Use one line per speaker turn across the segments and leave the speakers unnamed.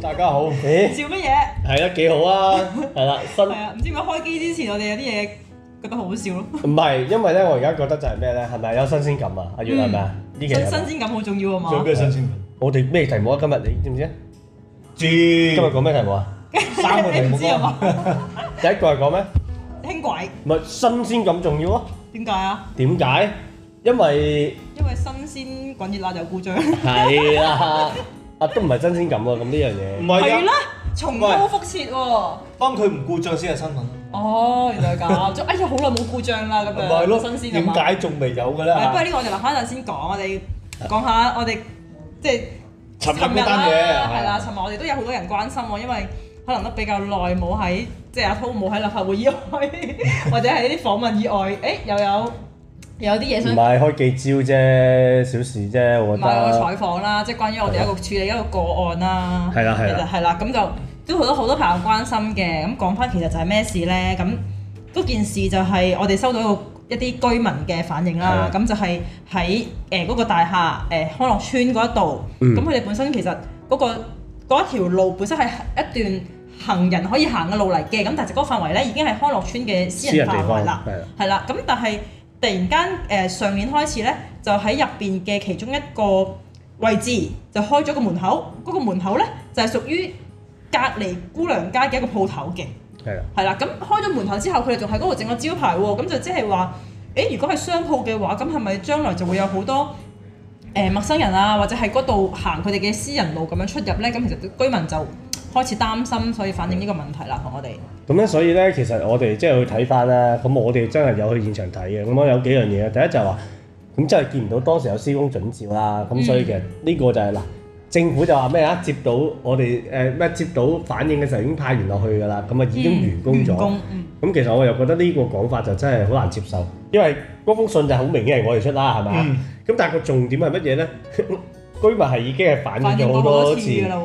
大家好。
咦，
笑乜嘢？
係啦，幾好 啊，係啦，新
係啊，唔知點解開機之前我哋有啲嘢覺得好好笑咯，
唔係，因為咧，我而家覺得就係咩咧，係咪有新鮮感啊？阿月係咪啊？呢期
新
係
新
咪
鮮感好重要啊嘛。
做咩新鮮
我哋咩題目啊？今日你知唔知啊？
知
今日講咩題目啊？
三個題
你唔
目
知啊
啊
嘛？
第一個係講咩？
輕軌
咪新鮮感重要咯？
點解啊？
點解？因為
因為新鮮滾熱辣有故障。
係啦， 啊都唔係新鮮感喎，咁呢樣
唔
嘢。
係
係
啊
啦，，重蹈覆轍喎。
當佢唔故障先係新聞啊。
哦，原 來咁，哎呀，好耐冇故障啦，咁
唔係咯，
樣新鮮啊
點
嘛。
解仲未有嘅咧？
係不過呢個我哋留翻陣先講，我哋講下我哋即係
尋日嗰
啦，
單嘢
係啦，尋日我哋都有好多人關心喎，因為可能都比較耐冇喺即係阿滔冇喺立法會以外， 或者係啲訪問以外，誒又有又有啲嘢
唔
想。
係開幾招啫，小事啫，我
唔
覺
係我
得。
採訪啦，即係關於我哋一個處理一個個案啦，
係啦係啦
係啦，咁就都好多好多朋友關心嘅。咁講翻其實就係咩事咧？咁嗰件事就係我哋收到一個一啲居民嘅反映啦。
係
咁就係喺誒嗰個大廈誒、康樂村嗰一度，
嗯
咁佢哋本身其實嗰、個嗰一條路本身係一段行人可以行嘅路嚟嘅，咁但係嗰個範圍咧已經係康樂村嘅私人範圍啦。
係啦。
係啦，咁但係突然間誒、呃上年開始咧，就喺入邊嘅其中一個位置就開咗個門口，嗰、個門口咧就係、屬於隔離姑娘街嘅一個鋪頭嘅，
係啦，
係啦，咁開咗門口之後，佢哋仲喺嗰度整個招牌喎，咁就即係話，誒如果係商鋪嘅話，咁係咪將來就會有好多？誒、陌生人啊，或者喺嗰度行佢哋嘅私人路咁樣出入咧，咁其實居民就開始擔心，所以反映呢個問題啦，同我哋
咁咧所以咧，其實我哋即係去睇翻啦，咁我哋真係有去現場睇嘅，咁我有幾樣嘢，第一就係話，咁真係見唔到當時有施工準照啦，咁所以其實呢個就係、嗱。政府就話咩啊？接到我哋誒咩接到反應嘅時候已經派員落去㗎啦，咁啊已經完工咗。
員工嗯
咁其實我又覺得呢個講法就真係好難接受，因為嗰封信就好明顯係我哋出啦，係咪啊
嗯
咁、但係個重點係乜嘢咧？ 居民係已經係反映
反映
咗好
過好
多
多次
次，
㗎啦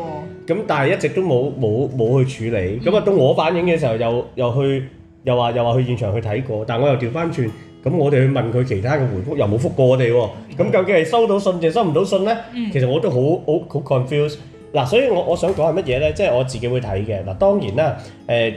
咁
喎。
但係一直都冇冇冇去處理。咁啊、到我反映嘅時候又又去又話又話去現場去睇過，但係我又調翻轉，咁我哋去問佢其他嘅回覆又冇覆過我哋喎。咁究竟係收到信定收唔到信咧？
嗯
其實我都好好好 confuse。嗱，所以我我想講係乜嘢咧？即係我自己會睇嘅。嗱，當然啦，誒、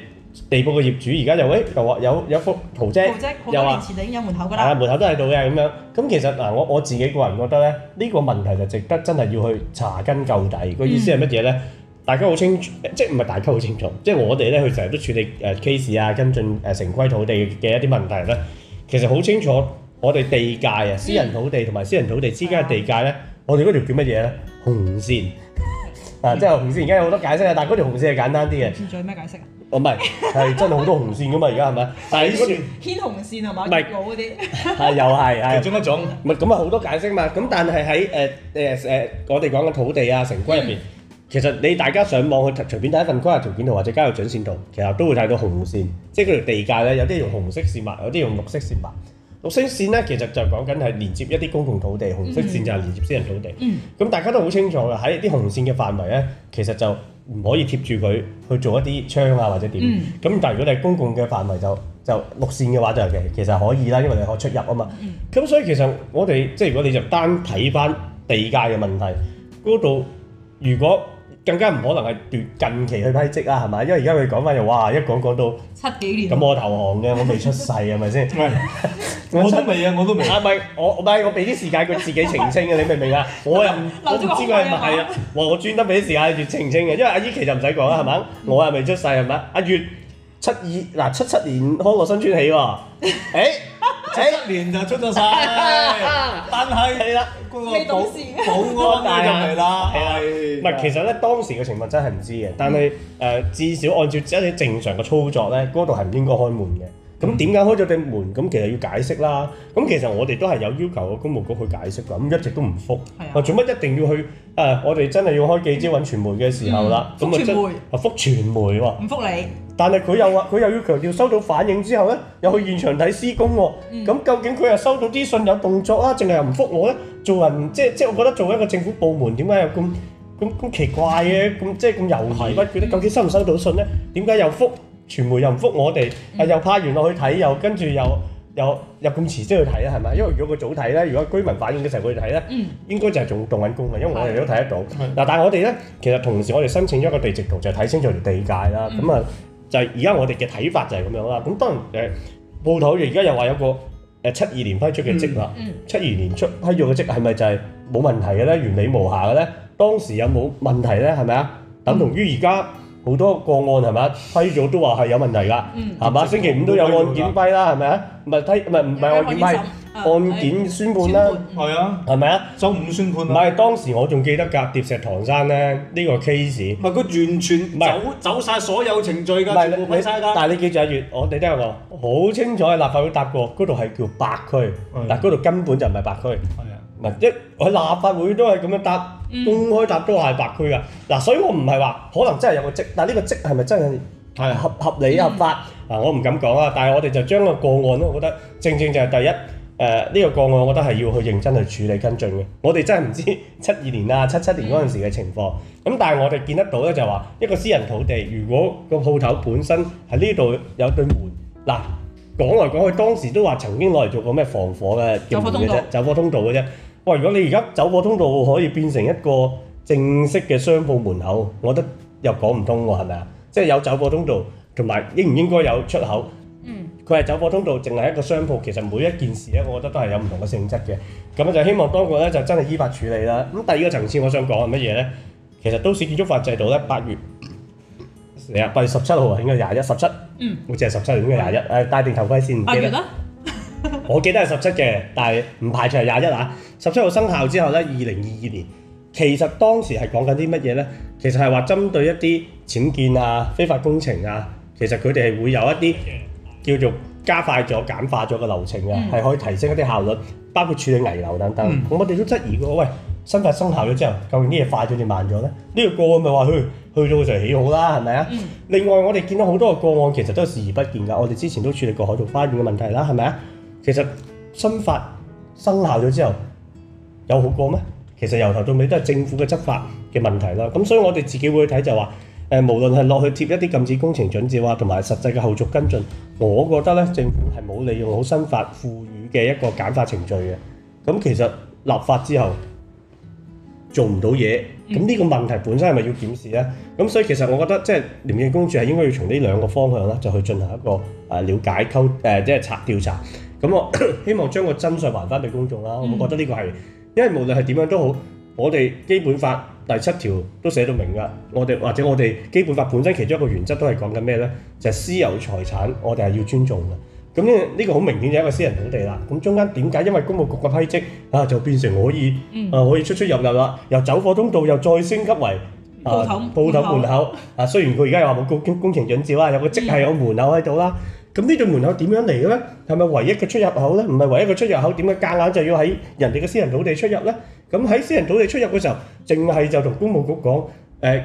地鋪嘅業主而家又誒又話有有幅圖啫，
即係
又
好多
話
年。前就已經有門口
係
㗎
啊，
啦。
門口都喺度嘅咁樣。咁其實嗱，我我自己個人覺得咧，呢、個問題就值得真係要去查根究底。個意思係乜嘢咧？大家好清楚，即係唔係大家好清楚？即係我哋咧，佢成日都處理誒 case 啊，跟進誒城規土地嘅一啲問題咧，其實好清楚。我哋地界啊，私人土地同埋私人土地之間嘅地界咧，我哋嗰條叫乜嘢咧？紅線啊，即係紅線。而家有好多解釋啊，但係嗰條紅線係簡單啲嘅。
仲有咩解釋啊？
哦，唔係，係真係好多紅線噶嘛，而家係咪？但係嗰條
牽紅線係嘛？
唔係
月老嗰 啲。
係又係係
其。中一種
唔係咁啊，好多解釋嘛。咁但係喺誒誒誒，我哋講嘅土地啊、城規入邊，其實你大家上網去睇隨便睇一份規劃條件圖或者交易準線圖，其實都會睇到紅線，即係嗰條地界咧，有啲用紅色線畫，有啲用綠色線畫。綠色線咧，其實就講緊係連接一啲公共土地，紅色線就係連接私人土地。
嗯
咁大家都好清楚啦，喺啲紅線嘅範圍咧，其實就唔可以貼住佢去做一啲窗啊或者點。咁、
嗯
但係如果你係公共嘅範圍就就綠線嘅話就其其實可以啦，因為你可以出入啊嘛。
嗯
咁、所以其實我哋即係如果你就單睇翻地界嘅問題，嗰度如果更加唔可能係短近期去批積啦，係咪？因為而家佢講翻又哇，一講講到
七幾年。
咁我投降嘅，我未出世啊係咪 先？
係我都未啊，我 都未。
啊，唔係我唔係我俾啲時間佢自己澄清嘅，你明唔 明啊？我又唔我
留
唔
咗個
知佢係咪
口位
係
啊
啊？哇！我專登俾啲時間佢澄清嘅，因為阿依琪就唔使講啦，係
嗯
咪？我又未出世係咪？阿月七二嗱七七年康樂新村起 喎，誒誒
一年就出咗晒，但係
係啦。
嗰
未
個
懂
保
事
保安咧就嚟啦，
係啊唔係，其實咧當時嘅情況真係唔知嘅，但係誒、
嗯
呃至少按照一啲正常嘅操作咧，嗰度係唔應該開門嘅。
嗯
咁點解開咗對門？咁其實要解釋啦。咁其實我哋都係有要求個公務局去解釋㗎，咁一直都唔覆。
係啊
啊，做乜一定要去？誒、我哋真係要開記者揾傳媒嘅時候啦，
嗯
咁啊
覆
真
傳媒
啊覆傳媒喎。
唔覆你，
但係佢又話佢又要強調收到反應之後咧，又去現場睇施工喎、咁、究竟佢又收到資訊有動作啊，淨係又唔覆我咧？做人即即係我覺得做一個政府部門點解又咁咁咁奇怪嘅？咁即係咁猶豫不決咧？究竟收唔收到信咧？點解又覆傳媒又唔覆我哋？啊又派員落去睇，又跟住又有入咁遲先去睇啊啦，係咪？因為如果佢早睇咧，如果居民反映嘅時候佢哋睇咧，
嗯
應該就係仲動緊工嘅，因為我哋都睇得到。
係
嗱，但係我哋咧，其實同時我哋申請咗一個地籍圖，就係睇清楚條地界啦。
嗯
咁啊、就係而家我哋嘅睇法就係咁樣啦。咁當然誒，報頭而家又話有個誒七二年批出嘅職啦，
嗯
七二年出批咗嘅職係咪就係冇問題嘅咧？原理無瑕嘅咧？當時有冇問題咧？係咪啊？等同於而家好多個案係咪啊？批咗都話係有問題㗎。
嗯，
係嘛？星期五都有案件批啦，係咪啊？唔係批，唔啊係唔係案件
啊
批，案件宣判啦，
係啊，
係咪啊？
周五宣判
唔
啦。
係當時我仲記得㗎，疊石塘山咧呢個 case，
唔係佢完
唔
全
係
走走曬所有程序
唔
㗎，全
你
部批
你
晒㗎。
但係你記住阿月，我哋都有個好清楚喺立法會答過，嗰度係叫白區
嗯，
但嗰度根本就唔係白區。
係啊，
嗱，一我喺立法會都係咁樣答，
嗯
公開答都話係白區㗎。嗱，所以我唔係話可能真係有個職，但係呢個職係咪真係？
係啊，
合合理合法嗱，我唔敢講啊，但係我哋就將個個案咧，我覺得正正就係第一誒呢、個個案，我覺得係要去認真去處理跟進嘅。我哋真係唔 知七二年啊、七七年嗰陣時嘅情況，咁但係我哋見得到咧就話一個私人土地，如果個鋪頭本身喺呢度有對門嗱。講嚟講去，當時都話曾經攞嚟做過咩防火嘅嘅
走火
門嘅
通
啫
道，
走火通道嘅啫。喂，如果你而家走火通道可以變成一個正式嘅商鋪門口，我覺得又講唔通喎，係咪啊？即係有走火通道，同埋應唔應該有出口？
嗯
佢係走火通道，淨係一個商鋪，其實每一件事咧，我覺得都係有唔同嘅性質嘅。咁就希望當局咧就真係依法處理啦。咁第二個層次，我想講係乜嘢咧？其實都市建築法制度咧，八月死啊，八月十七號啊，應該廿一十七，
嗯，
好似係十七，應該廿一。誒，戴定頭盔先，唔
阿
記
月
得。
啦，
我記得係十七嘅，但係唔排除係廿一啊。十七號生效之後咧，二零二二年其實當時係講緊啲乜嘢咧？其實係話針對一啲僭建啊、非法工程啊，其實佢哋係會有一啲叫做加快咗、簡化咗個流程嘅，
嗯
係、可以提升一啲效率，包括處理危樓等等。
嗯
我哋都質疑過，喂，新法生效咗之後，究竟啲嘢快咗定慢咗咧？呢、個個案咪話去去到就起好啦，係咪啊？
嗯
另外，我哋見到好多個個案其實都係視而不見㗎。我哋之前都處理過海族花園嘅問題啦，係咪啊？其實新法生效咗之後，有好過咩？其實由頭到尾都係政府嘅執法嘅問題啦。咁所以我哋自己會去睇就話，誒、無論係落去貼一啲禁止工程準照啊，同埋實際嘅後續跟進，我覺得咧政府係冇利用好新法賦予嘅一個簡化程序嘅。咁其實立法之後做唔到嘢，咁呢個問題本身係咪要檢視咧？咁所以其實我覺得即係廉政公署係應該要從呢兩個方向啦，就去進行一個誒、呃了解溝誒、呃即係查調查。咁我 希望將個真相還翻俾公眾啦。我
嗯
覺得呢個係，因為無論係點樣都好，我哋基本法第七條都寫到明㗎。我哋或者我哋基本法本身其中一個原則都係講緊咩咧？就係、私有財產，我哋係要尊重嘅。咁呢呢個好明顯就係一個私人土地啦。咁中間點解因為公務局嘅批職啊，就變成可以
嗯
啊可以出出入入啦，由走火通道又再升級為啊
鋪頭
鋪頭門口啊。雖然佢而家又話冇工工程準照啦，有
嗯
個職係有門口喺度啦。咁呢對門口點樣嚟嘅咧？係咪唯一嘅出入口咧？唔係唯一嘅出入口，點解夾硬就要喺人哋嘅私人土地出入咧？咁喺私人土地出入嘅時候，淨係就同公務局講，誒、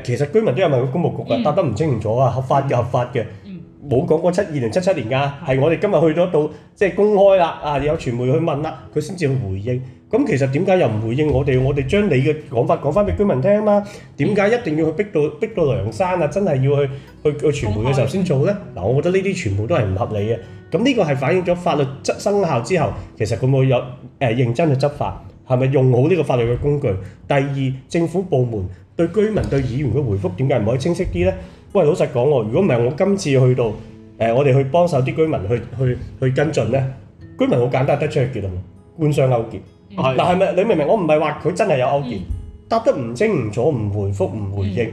其實居民都有問過公務局㗎，
嗯
答得唔清唔楚啊，合法嘅合法嘅
嗯，
冇講過七二年七七年㗎，係我哋今日去咗到即係公開啦，啊有傳媒去問啦，佢先至去回應。咁其實點解又唔回應我哋？我哋將你嘅講法講翻俾居民聽嘛。點解一定要去逼到逼到梁山啊？真係要去去去傳媒嘅時候先做咧？嗱，我覺得呢啲全部都係唔合理嘅。咁呢個係反映咗法律執生效之後，其實佢冇有誒、呃、認真去執法，係咪用好呢個法律嘅工具？第二，政府部門對居民對議員嘅回覆點解唔可以清晰啲咧？喂，老實講喎，如果唔係我今次去到誒、呃我哋去幫手啲居民去去去跟進咧，居民好簡單得出嘅結論，官商勾結。嗱
係
係咪你明唔明？我唔係話佢真係有勾結
嗯，
答得唔清唔楚，唔回覆唔回應，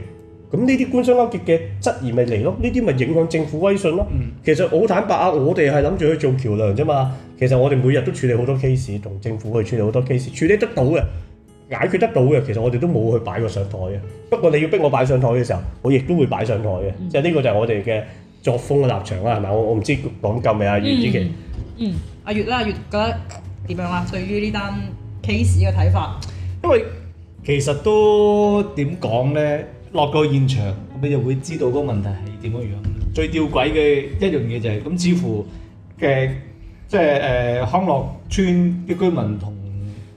咁呢啲官商勾結嘅質疑咪嚟咯？呢啲咪影響政府威信咯？
嗯
其實好坦白啊，我哋係諗住去做橋梁啫嘛。其實我哋每日都處理好多 case，同政府去處理好多 case，處理得到嘅。解決得到嘅，其實我哋都冇去擺過上台嘅。不過你要逼我擺上台嘅時候，我亦都會擺上台嘅。
嗯
即係呢個就係我哋嘅作風嘅立場啦，係咪？我我唔知講夠未啊，袁子琪。
嗯，阿月啦，阿月覺得點樣啦？對於呢單 case 嘅睇法，
因為其實都點講咧，落過現場你就會知道個問題係點樣樣。最吊詭嘅一樣嘢就係、咁，似乎嘅即係誒、康樂村啲居民同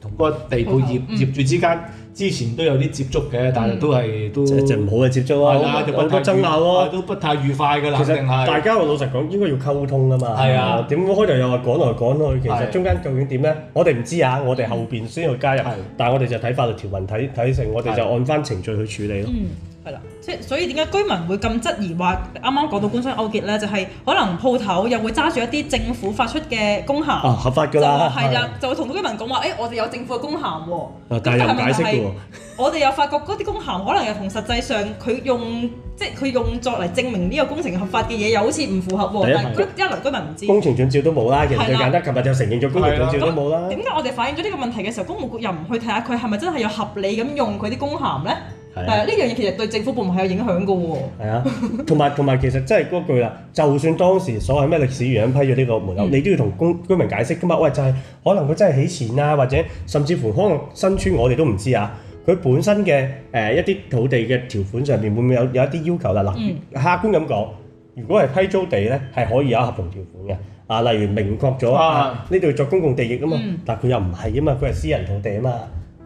同個地鋪業業主之間之前都有啲接觸嘅，但係都係都
嗯即係唔好嘅接觸啊，
係啦，
好
就不
多
太
爭
愉
拗咯
係。都不太愉快㗎啦，
其
肯定
實
係
大家老實講，應該要溝通啊嘛。
係啊
點開頭又話趕來趕去，其實
係
中間究竟點咧？我哋唔知啊，我哋後邊先去加入
係，
但係我哋就睇法律條文，睇睇成，我哋就按翻程序去處理咯。
嗯，係啦，即係所以點解居民會咁質疑話啱啱講到官商勾結咧，就係、可能鋪頭又會揸住一啲政府發出嘅公函。
啊，合法
就
㗎啦，
係啦，就會同居民講話，誒、我哋有政府嘅公函喎、
啊但係又唔解釋嘅喎。
我哋又發覺嗰啲公函可能又同實際上佢用，即係佢用作嚟證明呢個工程合法嘅嘢，又好似唔符合
第一
喎。但係一來居民唔知。
工程準照都冇啦，其實
係
最
啦
簡單，琴日就承認咗工程準照都冇啦。
點解我哋反映咗呢個問題嘅時候，公務局又唔去睇下佢係咪真係有合理咁用佢啲公函咧？
係啊
係啊，呢樣嘢其實對政府部門係有影響嘅喎。
係啊，同埋同埋其實真係嗰句啦，就算當時所謂咩歷史原因批咗呢個門口，
嗯
你都要同公居民解釋噶嘛。喂，就係、可能佢真係起錢啊，或者甚至乎可能新村我哋都唔知啊。佢本身嘅誒、呃一啲土地嘅條款上面會唔會有有一啲要求啦？嗱、
嗯
客觀咁講，如果係批租地咧，係可以有合同條款嘅。啊，例如明確咗啊
啊，
呢度作公共地役啊嘛，
嗯
但佢又唔係啊嘛，佢係私人土地啊嘛。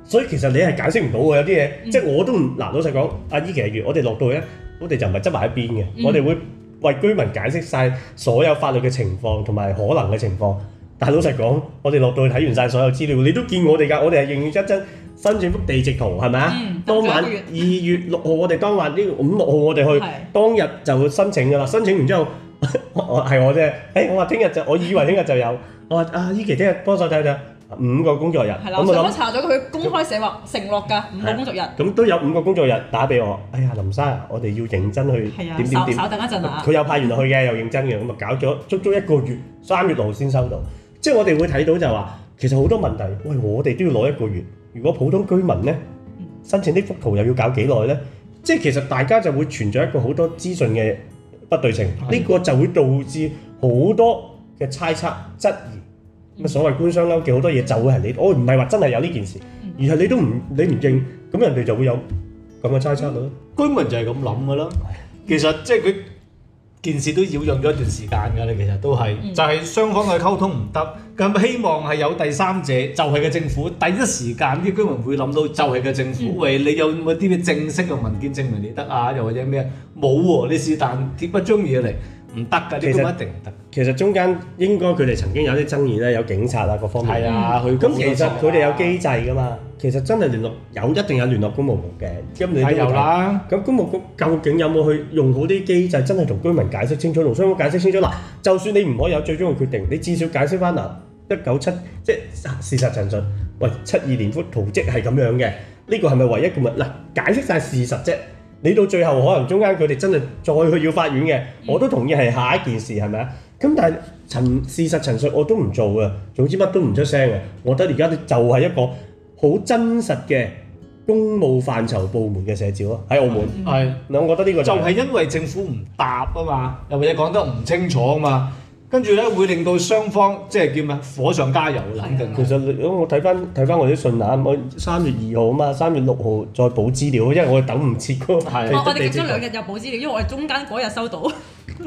所以其實你係解釋唔到嘅有啲嘢，即係我都唔嗱老實講，阿依其月，我哋落到去咧，我哋就唔係執埋一邊嘅，
嗯
我哋會為居民解釋晒所有法律嘅情況同埋可能嘅情況。但係老實講，我哋落到去睇完晒所有資料，你都見我哋㗎，我哋係認認真真申請幅地籍圖係咪啊？
嗯
當晚
等咗一個月
二月六號，我哋當晚呢個五六號我哋去
係，
當日就會申請㗎啦。申請完之後， 我係我啫，誒、我話聽日就，我以為聽日就有，我話啊依期聽日幫手睇睇，五個工作日，咁
係
啊
啦，我
我諗
上網。查咗佢公開寫話承諾㗎五個工作日。
咁都有五個工作日打俾我，哎呀，林生啊，我哋要認真去
係
點
啊，
點
稍
點。
稍等一陣啊。
佢有派員落去嘅，又認真嘅，咁啊搞咗足足一個月，三月六號先收到。即係我哋會睇到就係話，其實好多問題，喂，我哋都要攞一個月。如果普通居民咧
嗯
申請呢幅圖又要搞幾耐咧？即係其實大家就會存在一個好多資訊嘅不對稱，
係
呢個就會導致好多嘅猜測質疑。
嗯
咁啊，所謂官商勾結好多嘢就會係你，哦我唔係話真係有呢件事，
嗯
而係你都唔你唔認，咁人哋就會有咁嘅猜測咯。
居民就係咁諗㗎啦。其實即係佢件事都擾攘咗一段時間㗎啦，其實都係、
嗯
就係雙方嘅溝通唔得，咁希望係有第三者，就係、個政府第一時間啲居民會諗到就係個政府，
嗯
喂你有冇啲咩正式嘅文件證明你得啊？又或者咩冇喎？你是但貼一張嘢嚟唔得㗎，啲居民
其實
一定唔得。
其實中間應該佢哋曾經有啲爭議咧，有警察啊各方面。
係啊，佢
咁其實佢哋有機制噶嘛，其實真係聯絡有一定有聯絡公務局嘅，咁你都會
係有
睇。
啦。
咁公務局究竟有冇去用好啲機制，真係同居民解釋清楚，同商戶解釋清楚？嗱，就算你唔可以有最終嘅決定，你至少解釋翻嗱，一九七即係事實陳述，喂，七二年幅圖則係咁樣嘅，呢個係咪唯一嘅物？嗱，解釋晒事實啫。你到最後可能中間佢哋真係再去要法院嘅，我都同意係下一件事係咪啊？咁但係陳事實陳述我都唔做嘅，總之乜都唔出聲嘅。我覺得而家就係一個好真實嘅公務範疇部門嘅寫照咯，喺澳門。
係。
嗱，我覺得呢個
嗯就
就
係
係
因為政府唔答啊嘛，又或者講得唔清楚啊嘛，跟住咧會令到雙方即係叫咩火上加油啦，肯定
其
係。
實如果我睇翻睇翻我啲信函，我三月二號啊嘛，三月六號再補資料，因為我等唔切嗰個
係
地
哦我我哋
地
隔咗兩日入補資料，因為我哋中間嗰日收到。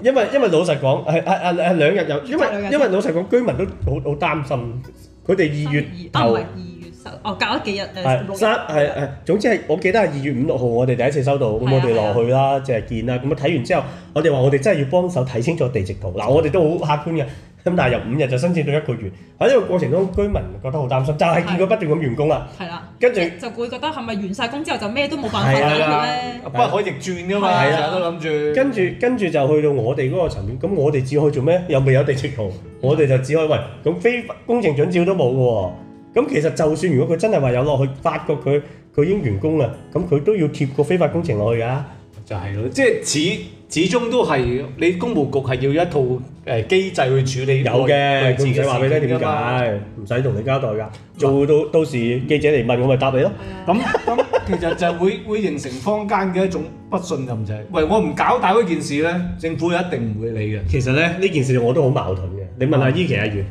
因為因為老實講係係係係兩日有，因為
兩日
因為老實講居民都好好擔心，佢哋二月
啊，唔
頭
係。二月收，哦，隔咗幾日誒，
係
六日
三係係，總之係我記得係二月五六號，我哋第一次收到，咁
係啊
我哋落去啦，即係見啦，咁啊睇完之後，我哋話我哋真係要幫手睇清楚地籍圖，
嗯
嗱我哋都好客觀嘅，咁但係由五日就申請到一個月，喺呢個過程中居民覺得好擔心，就係見佢不斷咁完工啦，
係啊啦，
跟住
就會覺得係咪完晒工之後就咩都冇辦法
係
搞
啊
嘅
啦
咧？，
不可逆轉噶嘛，
係啊
成日都諗住。
跟住跟住就去到我哋嗰個層面，咁我哋只可以做咩？又未有地籍圖，我哋就只可以喂，咁非工程準照都冇嘅喎。咁其實就算如果佢真係話有落去，發覺佢佢已經完工啦，咁佢都要貼個非法工程落去㗎。
就係咯，即係始始終都係你公務局係要一套誒機制去處理
有
內
嘅，
置
佢唔使話俾你聽點
事件㗎嘛。
解，唔使同你交代㗎。做到到時記者嚟問我咪答你咯。
咁咁其實就會會形成坊間嘅一種不信任，就係喂我唔搞大嗰件事咧，政府一定唔會理嘅。
其實咧呢件事我都好矛盾嘅。你問下依期阿月，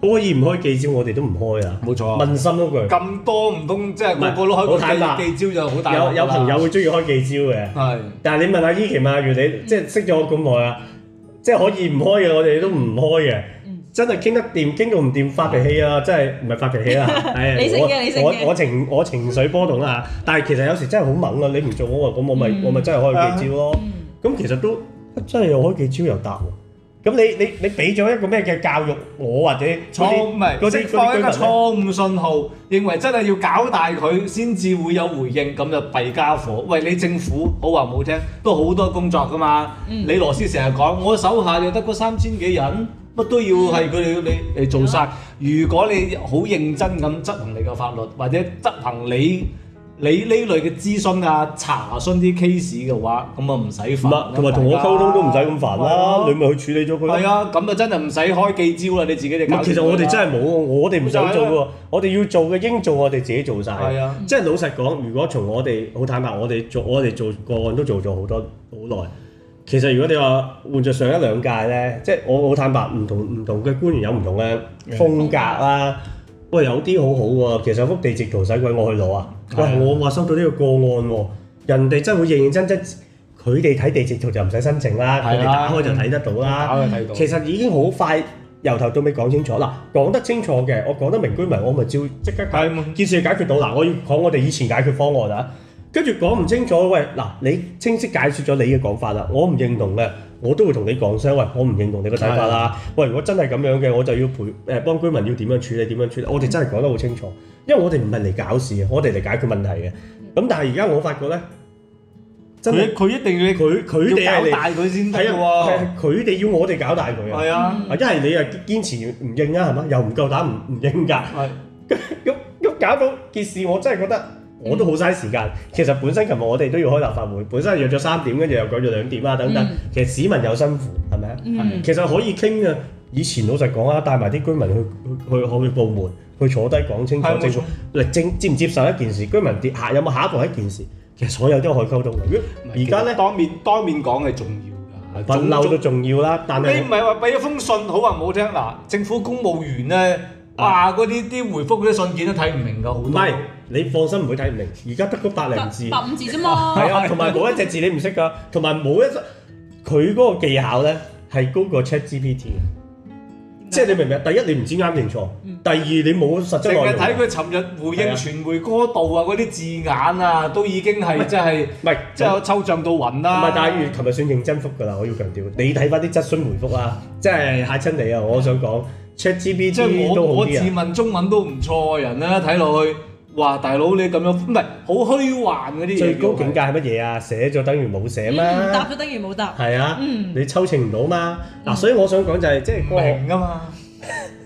可以唔開記招，我哋都唔開啊。
冇錯啊
問心嗰句。
咁多唔通即係個個都
唔係好坦白
開個記記招就好大鑊㗎啦。
有有朋友會中意開記招嘅。
係。
但係你問下
嗯
依期問下如你即係識咗我咁耐啊，即係可以唔開嘅，我哋都唔開嘅。
嗯
真係傾得掂，傾到唔掂發脾氣啊！真係唔係發脾 氣啦，係
理性嘅
我
理性嘅
我我情我情緒波動啊！但係其實有時真係好猛啊！你唔做我咁，我咪、
嗯啊
我咪真係開幾招咯。咁其實都真係又開幾招又答喎。咁你你你俾咗一個咩嘅教育我或者
錯誤唔係
嗰啲
釋放一個
嗰啲居民咧？
錯誤信號，認為真係要搞大佢先至會有回應，咁就弊家伙。喂，你政府好話唔好聽，都好多工作噶嘛。
嗯
你羅斯成日講，我手下就得嗰三千幾人，乜都要係佢哋要你嚟做晒。如果你好認真咁執行你嘅法律，或者執行你你呢類嘅諮詢啊、查詢啲 case 嘅話，咁啊唔使
唔
煩啦
係，同埋同我溝通都唔使咁煩啦，你
係啊
咪去處理咗佢咯
係。啊，咁啊真係唔使開記招啦，你自己
唔
就搞掂佢啦。
係其實我哋真係冇喎，我哋唔想做
就係
喎，我哋要做嘅應做，我哋自己做晒。
係啊
即係老實講，如果從我哋好坦白，我哋做我哋做個案都做咗好多好耐。其實如果你話換着上一兩屆咧，即係我好坦白，唔同唔同嘅官員有唔同嘅風格啦。喂，有啲好好喎，其實幅地籍圖使鬼我去攞啊！
係
喂
啊，
我話收到呢個個案喎，人哋真係會認認真真，佢哋睇地籍圖就唔使申請啦，佢
係
哋
啊
打開就睇得到啦。
搞就睇到。
其實已經好快由頭到尾講清楚啦，講得清楚嘅，我講得明居民，我咪照即刻解
係嘛
件事解決到嗱。我要講我哋以前解決方案啊，跟住講唔清楚，喂嗱，你清晰解説咗你嘅講法啦，我唔認同嘅，我都會同你講聲，喂，我唔認同你嘅睇法啦。喂，如果真係咁樣嘅，我就要陪誒、幫居民要點樣處理，點樣處理，我哋真係講得好清楚，因為我哋唔係嚟搞事嘅，我哋嚟解決問題嘅。咁但係而家我發覺咧，真係
佢佢一定要
佢佢哋係
要搞
嚟
大佢先得
係啊，係
喎。
係佢哋要我哋搞大佢啊。
係啊，
啊，一係你啊堅持唔應啊，係嘛？又唔夠膽唔唔應㗎，
係
咁咁搞到件事，我真係覺得我都好嘥時間。其實本身琴日我哋都要開立法會，本身係約咗三點，跟住又改咗兩點啊，等等。
嗯
其實市民又辛苦，係咪啊？
嗯
其實可以傾嘅。以前老實講啊，帶埋啲居民去去去去部門去坐低講清楚
係冇錯
政府嗱政接唔接受一件事，居民跌下有冇下一步一件事，其實所有都可以溝通嘅。如果而家咧，
當面當面講係重要㗎，
不嬲都重要啦，但係
你唔係話俾一封信好話唔好聽嗱，政府公務員咧，哇嗰啲啲回覆嗰啲信件都睇唔明㗎，好多
啊唔係你放心唔會睇唔明，而家得嗰百零字。
百五字啫嘛，
係啊，同埋冇一隻字你唔識㗎，同埋冇一隻佢嗰個技巧咧係高過 ChatGPT 嘅，即係你明唔明？第一你唔知啱定錯，第二你冇實質
淨
內
係
容
睇
啊。
佢尋日回
係
應
啊
傳媒嗰度啊，嗰啲字眼啊，都已經係真係
唔係，
即係抽象到暈
唔
啦。
係，但係琴日算認真覆㗎啦，我要強調。你睇翻啲質詢回覆啊，即係嚇親你啊！我想講
即係
ChatGPT
我
都好
我自
啲啊。
問中文都唔錯嘅人啦，睇落去，哇大佬你咁樣唔係好虛幻嗰啲嘢。
最高境界係乜嘢啊？寫咗等於冇寫
嗯答
啊嘛，
咗等於冇答，
係啊，
嗯
你抽情唔到嘛。嗱，所以我想講就係即
唔明
係
㗎嘛，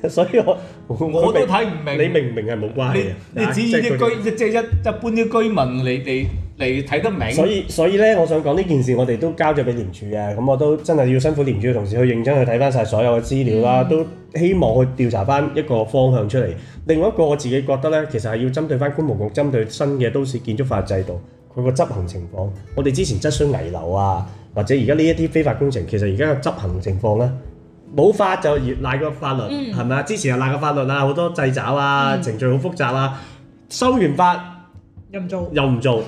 個，所以我
我都睇唔明。
你明唔明係冇關係嘅
你你只要
即係佢哋
啲居即係一一般啲居民嚟嚟嚟睇得明。
所以所以咧，我想講呢件事，我哋都交咗俾廉署嘅，咁我都真係要辛苦廉署嘅同事去認真去睇翻晒所有嘅資料啦，都希望去調查翻一個方向出嚟。另外一個我自己覺得咧，其實係要針對翻公務局針對新嘅都市建築法制度佢個執行情況。我哋之前質詢危樓啊，或者而家呢一啲非法工程，其實而家嘅執行情況咧。冇法就越賴個法律，
嗯
係咪啊？之前又賴個法律啊，好多掣肘啊，程序好複雜啊，收完法
又唔做，
又唔做，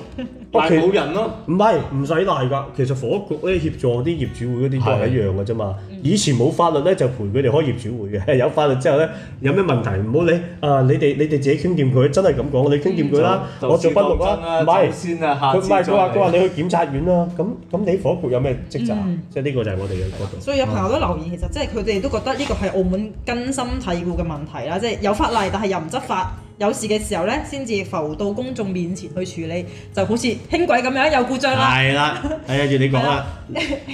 但係冇人咯，
唔係唔使賴㗎，其實房屋局咧協助啲業主會嗰啲都係一樣嘅啫嘛。以前冇法律咧就陪佢哋開業主會嘅， 有法律之後咧有咩問題唔好理啊！你哋你哋自己傾掂佢，真係咁講，你傾掂佢啦，
嗯就
我做筆錄
先講真
啦，唔係
走先啊，下
佢唔
次
係佢話
再
佢話你去檢察院啦，咁咁你房屋局有咩職責啊
嗯？
即係呢個就係我哋嘅角度。
所以有朋友都留言，其實即係佢哋都覺得呢個係澳門根深蒂固嘅問題啦，即係有法例但係又唔執法，有事嘅時候咧先至浮到公眾面前去處理，就好似輕軌咁樣有故障嗯啦，
係啦，係啊，住你講啦。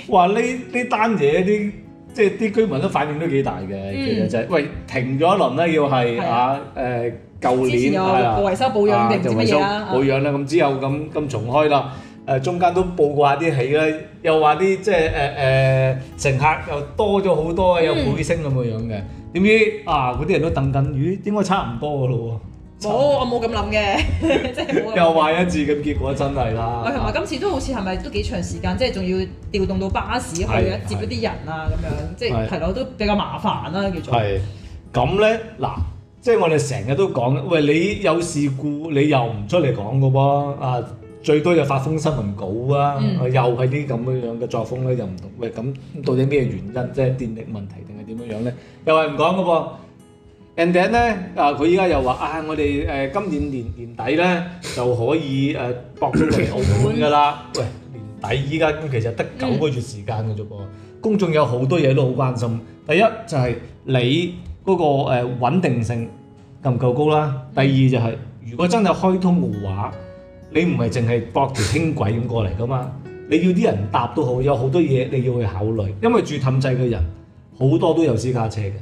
哇呢呢單嘢啲即係啲居民都反應都幾大嘅，其實就係喂停咗一輪啦，要係
係
啊誒舊
之前
年
有
係啊
維修保養定唔知乜嘢
啊
啦
就維修保，養啦，咁之後咁咁重開啦。誒、中間都報過下啲起啦，又話啲即係誒誒乘客又多咗好多，啊
嗯
有倍升咁嘅樣嘅。點知啊，嗰啲人都等緊，咦？應該差唔多嘅咯
冇我冇咁諗嘅， 即係冇咁
喎。
諗。
又話一字咁，結果真係啦
啊喂，。同埋今次都好似係咪都幾長時間，即係仲要調動到巴士去
係
接嗰啲人啊咁樣，即係
係
係咯，都比較麻煩啦叫做。
係咁咧，嗱，即係我哋成日都講，喂，你有事故你又唔出嚟講嘅喎，啊，最多就發封新聞稿啊，
嗯
又係啲咁樣樣嘅作風咧，又唔同。喂，咁到底咩原因？即係電力問題定係點樣樣咧？又係唔講嘅噃。人哋咧啊，佢依家又話啊，我哋誒、呃今年年年底咧就可以誒博咗嚟澳門噶啦。喂，年底依家咁其實得九個月時間嘅啫噃，公眾有好多嘢都好關心。第一就係你嗰個誒穩定性夠唔夠高啦。第二就係、如果真係開通嘅話，你唔係淨係駁條輕軌咁過嚟噶嘛，你要啲人搭都好，有好多嘢你要去考慮，因為住氹仔嘅人好多都有私家車嘅，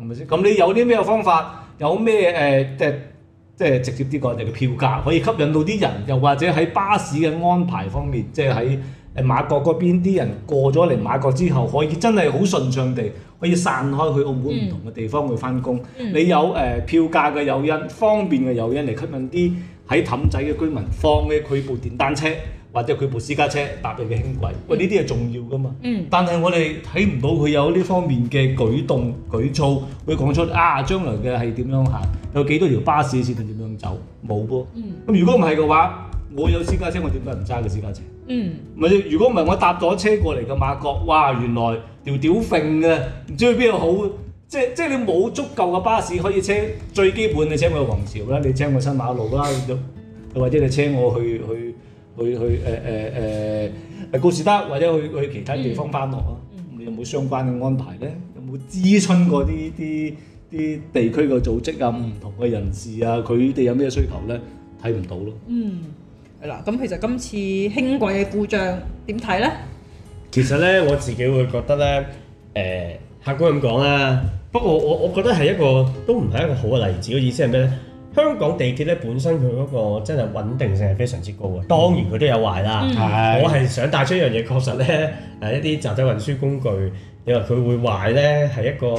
係咪先？咁你有啲咩方法？有咩誒、呃、即係即係直接啲講，就嘅票價可以吸引到啲人，又或者喺巴士嘅安排方面，即係喺誒馬國嗰邊啲人過咗嚟馬國之後，可以真係好順暢地可以散開去澳門唔同嘅地方去翻工。
嗯
你有誒、呃票價嘅誘因、方便嘅誘因嚟吸引啲喺氹仔嘅居民放嘅佢部電單車或者佢部私家車搭你嘅輕軌，喂呢啲係重要噶嘛？
嗯
但係我哋睇唔到佢有呢方面嘅舉動舉措，會講出啊將來嘅係點樣行，有幾多條巴士線係點樣走，冇噃。
嗯
咁如果唔係嘅話，我有私家車，我點解唔揸嘅私家車？
嗯
咪如果唔係我搭咗車過嚟嘅馬國，哇！原來條屌揈嘅，唔知去邊度好。即即你冇足夠嘅巴士可以車，最基本你車我去皇朝啦，你車我新馬路啦，又或者你車我去去去去誒誒誒高士德，或者去去其他地方翻學啊。你有冇相關嘅安排咧？有冇諮詢過啲啲啲地區嘅組織啊、唔同嘅人士啊，佢哋有咩需求咧？睇唔到咯。
嗯，係啦。咁其實今次輕軌嘅故障點睇咧？
其實咧，我自己會覺得咧，誒、客觀咁講啦。不過我我覺得係一個都唔係一個好嘅例子。個意思係咩咧？香港地鐵咧本身佢嗰個真係穩定性係非常之高嘅，當然佢都有壞啦。
嗯
我係想帶出一樣嘢，確實咧誒一啲集體運輸工具，你話佢會壞咧係一個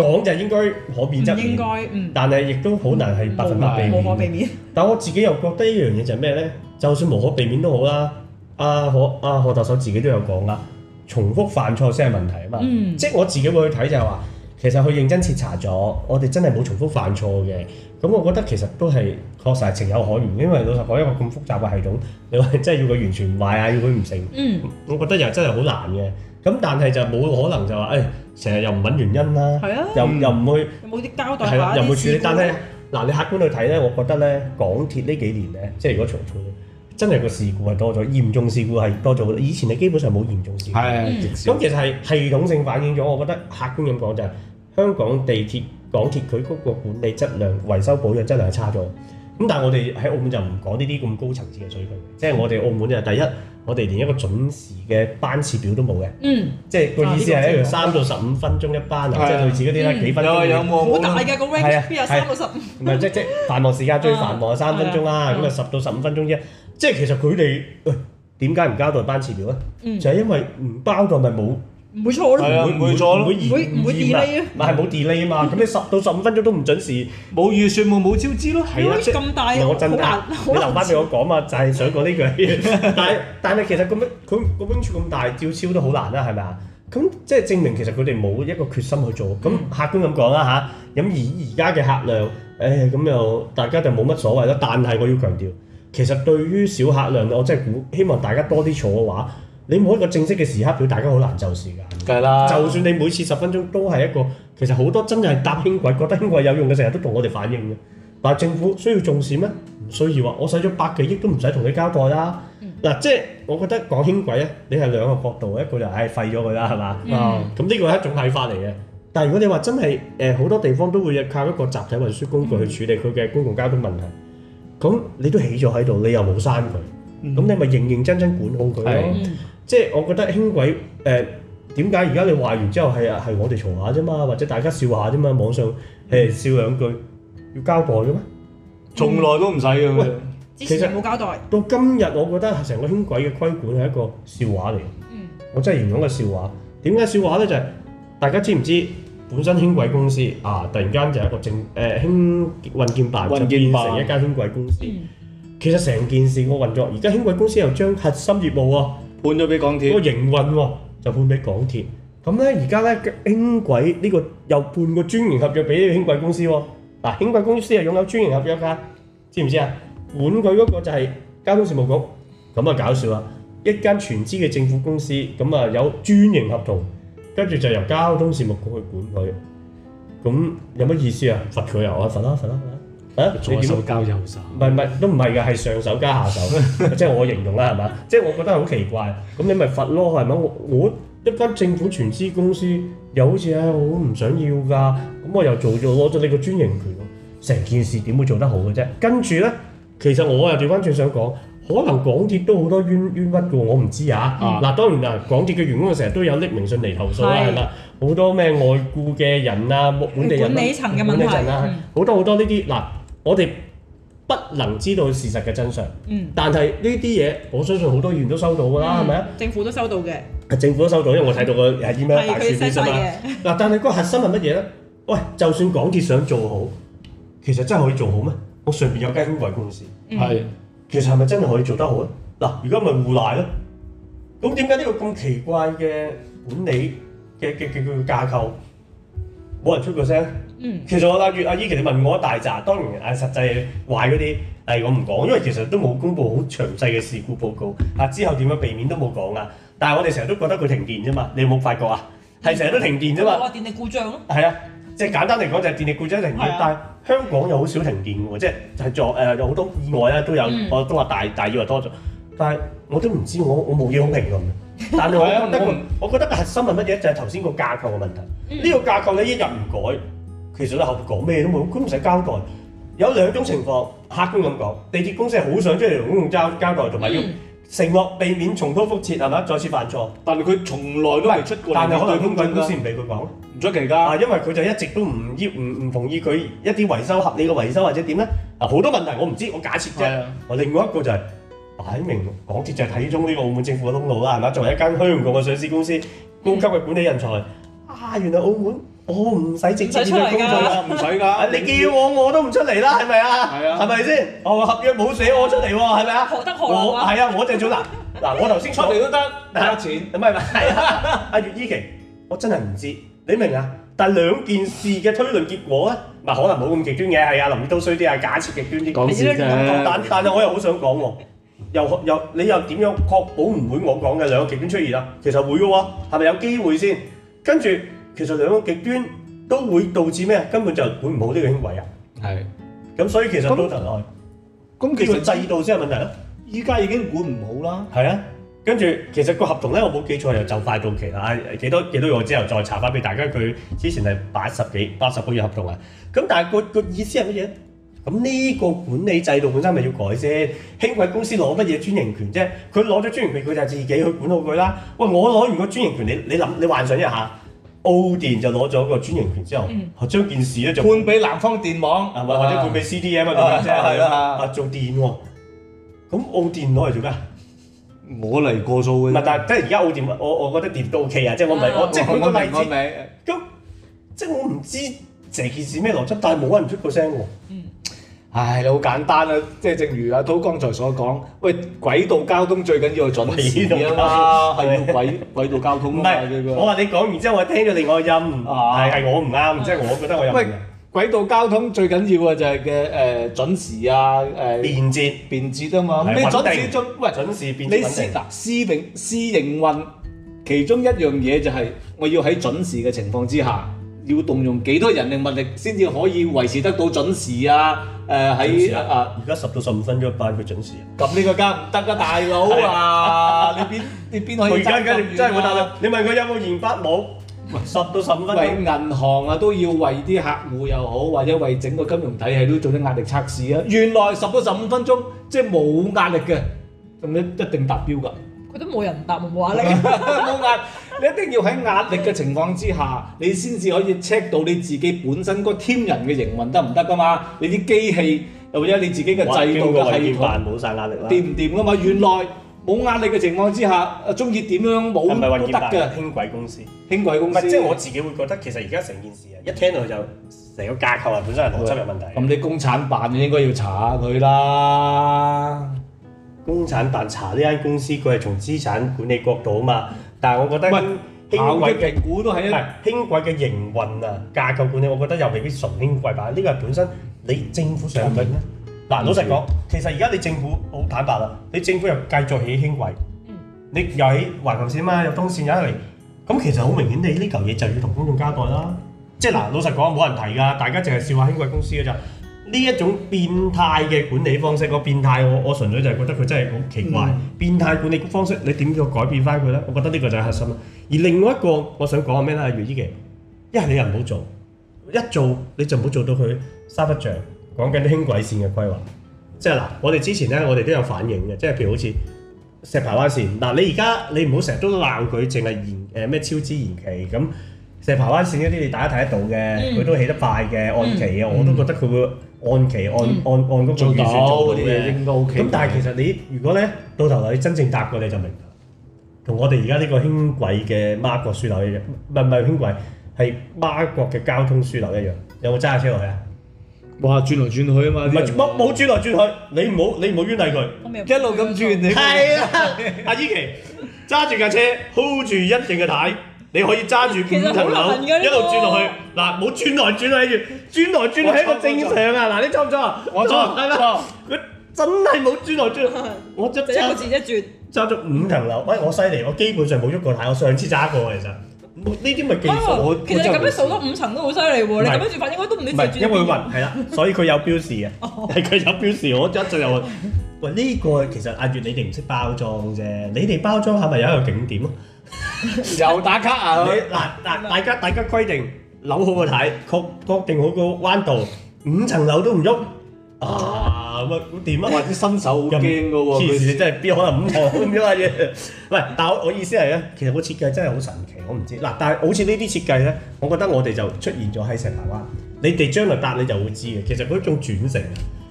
講就應該可
唔
免則
應
免，
該嗯，
但係亦都好難係百分百避
無
免
可
嘅
避免。
但我自己又覺得一樣嘢就係咩咧？就算無可避免都好啦，阿何阿何特首自己都有講啦，重複犯錯先係問題啊嘛。
嗯
即係我自己會去睇就係話，其實佢認真徹查咗，我哋真係冇重複犯錯嘅。咁我覺得其實都係確實係情有可原，因為老實講一個咁複雜嘅系統，你話真係要佢完全唔壞啊，要佢唔成。
嗯
我覺得又真係好難嘅。咁但係就冇可能就話，誒、成日又唔揾原因啦，
係啊
又又唔去。
有冇啲交代
係啦，
下
又
啲
冇處
事
理。
故
但係
啊？
嗱，你客觀去睇咧，我覺得咧，港鐵呢幾年咧，即係如果重判，真係個事故係多咗，嚴重事故係多咗好多。以前你基本上冇嚴重事故。
係
嗯
直少
咁其實係系統性反映咗，我覺得客觀咁講就係、香港地鐵、港鐵佢嗰個管理質量、維修保養質量係差咗。咁但係我哋喺澳門就唔講呢啲咁高層次嘅水平，即係我哋澳門就係第一，我哋連一個準時嘅班次表都冇嘅，
嗯，
即係個意思
啊呢
係
個真係
一樣三到十五分鐘一班啊，即係類似嗰啲咧
嗯
幾分鐘
有
會
有冇
好大嘅個
係啊
range，邊有三到十五？
唔係即即繁忙時間最繁忙係三分鐘啦，
嗯
咁啊十到十五分鐘啫。即係其實佢哋喂點解唔交代班次表咧？
嗯
就係因為唔包代咪冇
唔會錯
係
咯。
啊唔會咗咯
唔會延
唔會唔會 delay 啊
唔係冇 delay 啊嘛。咁你十到十五分鐘都唔準時，
冇預算冇冇招資咯。
係啊，即係
咁大
唔係我真
好
啊
難，
你
好難
留翻俾我講嘛，就係想講呢句。 但係但係其實咁樣佢個 range 咁大，照超都好難啦，係咪啊？咁即係證明其實佢哋冇一個決心去做。咁
嗯
客觀咁講啦吓，咁而而家嘅客量，誒咁又大家就冇乜所謂啦。但係我要強調，其實對於小客量，我真係估希望大家多啲坐嘅話，你冇一個正式嘅時刻表，大家好難就時間。
梗係啦，
就算你每次十分鐘都係一個，其實好多真係搭輕軌覺得輕軌有用嘅，成日都同我哋反映嘅。但係政府需要重視咩？唔需要啊！我使咗百幾億都唔使同你交代啦。嗱、即係我覺得講輕軌咧，你係兩個角度，一個就係唉廢咗佢啦，係嘛？
嗯
哦
啊咁呢個係一種睇法嚟嘅。但係如果你話真係誒好多地方都會靠一個集體運輸工具去處理佢嘅公共交通問題，咁你都起咗喺度，你又冇刪佢，
嗯
咁你咪認認真真管好佢
係
咯。
嗯
即係我覺得輕軌誒點解而家你話完之後係係我哋嘈下啫嘛，或者大家笑下啫嘛，網上誒、
嗯
笑兩句，要交代嘅咩？
從來都唔使嘅
喂
喎。
之前冇交代。
到今日我覺得成個輕軌嘅規管係一個笑話嚟，
嗯
我真係形容個笑話。點解笑話咧？就係、大家知唔知本身輕軌公司啊，突然間就係一個政誒、輕運建辦就
運
變
建辦
成一間輕軌公司。
嗯
其實成件事個運作，而家輕軌公司又將核心業務喎、
判咗俾港
嗰個
鐵，
營運喎、就判俾港鐵。咁咧而家咧輕軌呢個又判個專營合約俾呢個輕軌公司喎、嗱，輕軌公司係擁有專營合約㗎，知唔知啊？管佢嗰個就係交通事務局，咁啊搞笑啦！一間全資嘅政府公司，咁啊有專營合同，跟住就由交通事務局去管佢。咁有乜意思啊？罰佢啊！我話罰啦，罰啦，罰啦！啊，你
左
點
手交右手，
唔係唔係都唔係㗎，係上手加下手，即係我形容啦，係嘛？即係我覺得好奇怪，咁你咪罰咯，係咪？我我一間政府全資公司又好似唉，我唔想要㗎，咁我又做咗攞咗你個專營權，成件事點會做得好嘅啫？跟住咧，其實我又調翻轉想講。可能港鐵都好多冤冤屈嘅喎，我唔知啊。
嗯
嗱、當然啦，港鐵嘅員工成日都有匿名信嚟投訴啦，
係
係啦，好多咩外僱嘅人啊、本地人啊、
管理層嘅問題
管理層啊
嗯
好多好多呢啲嗱，我哋不能知道事實嘅真相，
嗯，
但係呢啲嘢，我相信好多議員都收到㗎
Ừ.
啦，係咪啊？
政府都收到嘅，
政府都收到，因為我睇到個係 email
係
大
佢
事
寫
啲
晒
啫嘛。
嘅，
嗱，但係個核心係乜嘢咧？喂，就算港鐵想做好，其實真係可以做好咩？我上邊有間英國公司，
嗯
係
其實係咪真係可以做得好咧？嗱，而家咪互賴咯。咁點解呢個咁奇怪嘅管理嘅嘅嘅嘅架構，冇人出過聲？
嗯。
其實我諗住阿依琪，你問我一大扎，當然誒實際壞嗰啲誒我唔講，因為其實都冇公布好詳細嘅事故報告啊，之後點樣避免都冇講啊。但係我哋成日都覺得佢停電啫嘛，你有冇發覺啊？係成日都停電啫
咁咪
嘛，
話電力故障咯，
係啊，即係簡單嚟講就係電力故障停電，
係啊
但係香港又好少停電喎，即係係作誒有好多意外啦，都有、
嗯
我都話大大意外多咗，但係我都唔知我我冇嘢好評論嘅。但係我覺得個
係啊
我覺得個核心係乜嘢？就係頭先個架構嘅問題。
嗯
呢個架構你一日唔改，其實你後面講咩都冇，佢唔使交代。有兩種情況，客觀咁講，地鐵公司係好想將條公共交交代，同埋要
嗯
承諾避免重蹈覆轍，係咪？再次犯錯，
但係佢從來都未出過
但係可
面對
能
公
公
眾
關公
㗎
司，唔俾佢講。
唔出奇
啊，
㗎。
因為佢就一直都唔要唔唔同意佢一啲維修合理嘅維修或者點咧，啊好多問題我唔知，我假設啫。
係啊
我另外一個就係、擺明港鐵就係睇中呢個澳門政府嘅通路啦，係咪？作為一間香港嘅上市公司，高級嘅管理人才，啊原來澳門我唔使直接
唔使出
面
嚟㗎
對公眾啦。
唔使
啊
㗎，
你叫我我都唔出嚟啦，係咪啊？
係啊
係咪先？我合約冇寫我出嚟喎，係咪啊？
何德何能
我
啊？
係啊，我就做嗱嗱，我頭先
出
出嚟
嚟都得，加錢。
唔係唔 係，阿月依琪，我真係唔知，你明啊？但兩件事嘅推論結果咧，唔係可能冇咁極端嘅，係啊，林都衰啲啊，假設極端啲。
講笑啫
但但係我又好想講喎，又又你又點樣確保唔會我講嘅兩個極端出現啊？其實會嘅喎，係咪有機會先？跟住其實兩個極端都會導致咩？根本就管唔好呢個輕軌啊！
係。
咁所以其實
咁
到頭來呢
咁其
個
實
制度先係問題咯。
依家已經管唔好啦。
係啊，跟住其實個合同咧，我冇記錯又就快到期啦，啊幾多幾多月我之後再查翻俾大家，佢之前係八十幾八十個月合同啊。咁但係個個意思係乜嘢咧？咁呢個管理制度本身咪要改先，輕軌公司攞乜嘢專營權啫？佢攞咗專營權，佢就自己去管好佢啦。喂，我攞完個專營權，你你諗你幻想一下，澳電就攞咗個專營權之後，啊將件事咧就
判俾南方電網，
啊，或或者判俾 CDM 啊
啊
咁樣啫，
係啦
啊做電喎，咁澳電攞嚟做咩啊？
我嚟過數
唔
嘅
係，
啫。
但係即係而家澳電，我我覺得電都 OK 啊，即係我唔係我即係舉
我
個例
明我
子，
明。
咁即係我唔知成件事咩邏輯，但係冇人出過聲喎。
唉，你好簡單啊！即係正如阿滔剛才所講，喂，軌道交通最緊要係準時啊嘛，係要軌軌道交
唔
通啊嘛呢
係，我
個。
話你講完之後，我聽咗另外個音，
啊
係係我唔啱，即係我覺得我有
喂
問題，
軌道交通最緊要嘅就係嘅誒準時啊，誒
便捷、
便捷啊嘛。咁你
係穩
準時
定
準喂，
準時、便捷、
你私
穩定。
嗱私營私營運，其中一樣嘢就係我要喺準時嘅情況之下，要動用幾多人力物力先至可以維持得到準時啊？誒
準時
喺啊
啊！而家十到十五分鐘一班，佢準時啊。
咁呢個梗唔得啦，大佬啊！你邊你邊可
佢
以
而家而
爭
家真
咁
係
遠
冇答
啊？
啦。你問佢有冇研發冇？十到十五分
喂，
鐘。
銀行啊都要為啲客戶又好，或者為整個金融體系都做啲壓力測試啊！原來十到十五分鐘即係冇壓力嘅，咁你一定達 標㗎。
佢都冇人答，冇
Ờ.
話你。
冇壓，你一定要喺壓力嘅情況之下，你先至可以 check 到你自己本身個 team 人嘅營運得唔得噶嘛？你啲機器又或者你自己嘅
哇
制
經
度
過
嘅
衞
系
健
統
辦冇晒壓力啦。
掂唔掂噶嘛？原來冇壓力嘅情況之下，中意點樣冇
係咪
都
衞健
得
辦？
嘅。
輕軌公司。
輕軌
唔
公
係，
司
即係我自己會覺得其實而家成件事啊，一聽到就成個架構啊，本身係
Vâng.
邏輯有問題。
咁，你工產辦應該要查下佢啦。
工產辦查呢間公司，佢係從資產管理角度啊嘛，但係我覺得
喂效
輕
益
軌嘅
評估都係
唔
一
係輕軌嘅營運啊，架構管理，我覺得又未必純輕軌版，呢個係本身你政府上面咧，嗱，老實講，其實而家你政府好坦白啦，你政府又繼續起輕軌，
嗯
你又起橫琴線嘛，又東線又一嚟，咁其實好明顯，你呢嚿嘢就要同公眾交代啦。即係嗱，老實講，冇人提㗎，大家淨係笑下輕軌公司㗎咋。呢一種變態嘅管理方式，個變態我我純粹就係覺得佢真係好奇怪。變態管理方式，你點樣改變翻佢咧？我覺得呢個就係核心啦。而另外一個我想講係咩咧？阿月依嘅，一係你又唔好做，一做你就唔好做到佢沙不像講緊啲輕軌線嘅規劃。即係嗱，我哋之前咧，我哋都有反映嘅，即係譬如好似石排灣線嗱，你而家你唔好成日都鬧佢，淨係延誒咩超支延期咁。石排灣線嗰啲你大家睇得到嘅，
嗯
佢、都起得快嘅，按期嘅，我都覺得佢會按期按、
嗯
按按嗰個
做
預
到
算做到
啲
嘅
嘢。應該 OK。
咁但係其實你如果咧到頭來你真正搭過你就明啦，同我哋而家呢個輕軌嘅孖國樞紐一樣，唔係唔係輕軌，係孖國嘅交通樞紐一樣。有冇揸下車落去啊？
哇轉來轉去啊嘛，
唔係冇冇轉來轉去，你唔好你唔好冤例佢。
我未有
一路咁轉你。
係啊， 阿依琪揸住架車 hold 住一定嘅軚，你可以揸住
其實
五
好
層樓
難㗎呢個
一路轉落去。嗱，冇轉來轉去住，轉來轉去係一個正常啊！嗱，你錯唔錯啊？
我錯
係啦，佢真係冇轉來轉去， 我一
就一
揸
個字一轉，
揸咗五層樓，喂，我犀利，我基本上冇喐過軚，我上次揸過其實。呢啲咪技術，我
哦其實你
我真係
咁
冇
樣
試
數到五層都好犀利喎，你
唔係
咁樣轉法應該都唔知
唔
轉
係，
轉
因為
邊啊
暈係啦，所以佢有標示嘅，
哦
係佢有標示，我一陣又話，喂呢、個其實阿月你哋唔識包裝啫，你哋包裝係咪有一個景點啊？
又打卡啊
你
佢。
嗱嗱，大家大家規定扭好個睇，確確定好個彎道，五層樓都唔喐啊！咁啊咁點啊？
哇！啲新手好
咁
驚嘅喎，
黐線，
佢
你真係邊可能五堂咁樣嘅嘢？喂，但我我意思係咧，其實個設計真係好神奇，我唔知嗱。但係好似呢啲設計咧，我覺得我哋就出現咗喺石排灣。你哋將來搭你就會知嘅。其實嗰種轉乘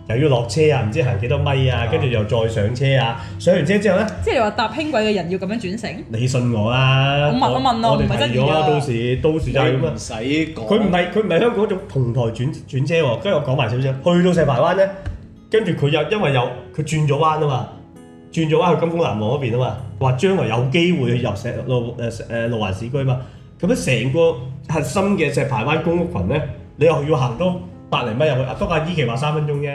又要落車啊，唔知行幾多米啊，跟住又再上車啊。上完車之後咧，
即係你話搭輕軌嘅人要咁樣轉乘，
你信我啦。
我問我問咯
我哋
唔係真
提咗啦，
嘅
到時到時就係咁啊
唔。使講。
佢唔係佢唔係香港嗰種同台轉轉車喎，跟住我講埋少少，去到石排灣咧，跟住佢又因為有佢轉咗彎啊嘛，轉咗彎去金峰南望嗰邊啊嘛，話將來有機會去入石路誒誒路環市區嘛，咁樣成個核心嘅石排灣公屋群咧，你又要行多百零米入去，啊不過阿依琪話三分鐘啫，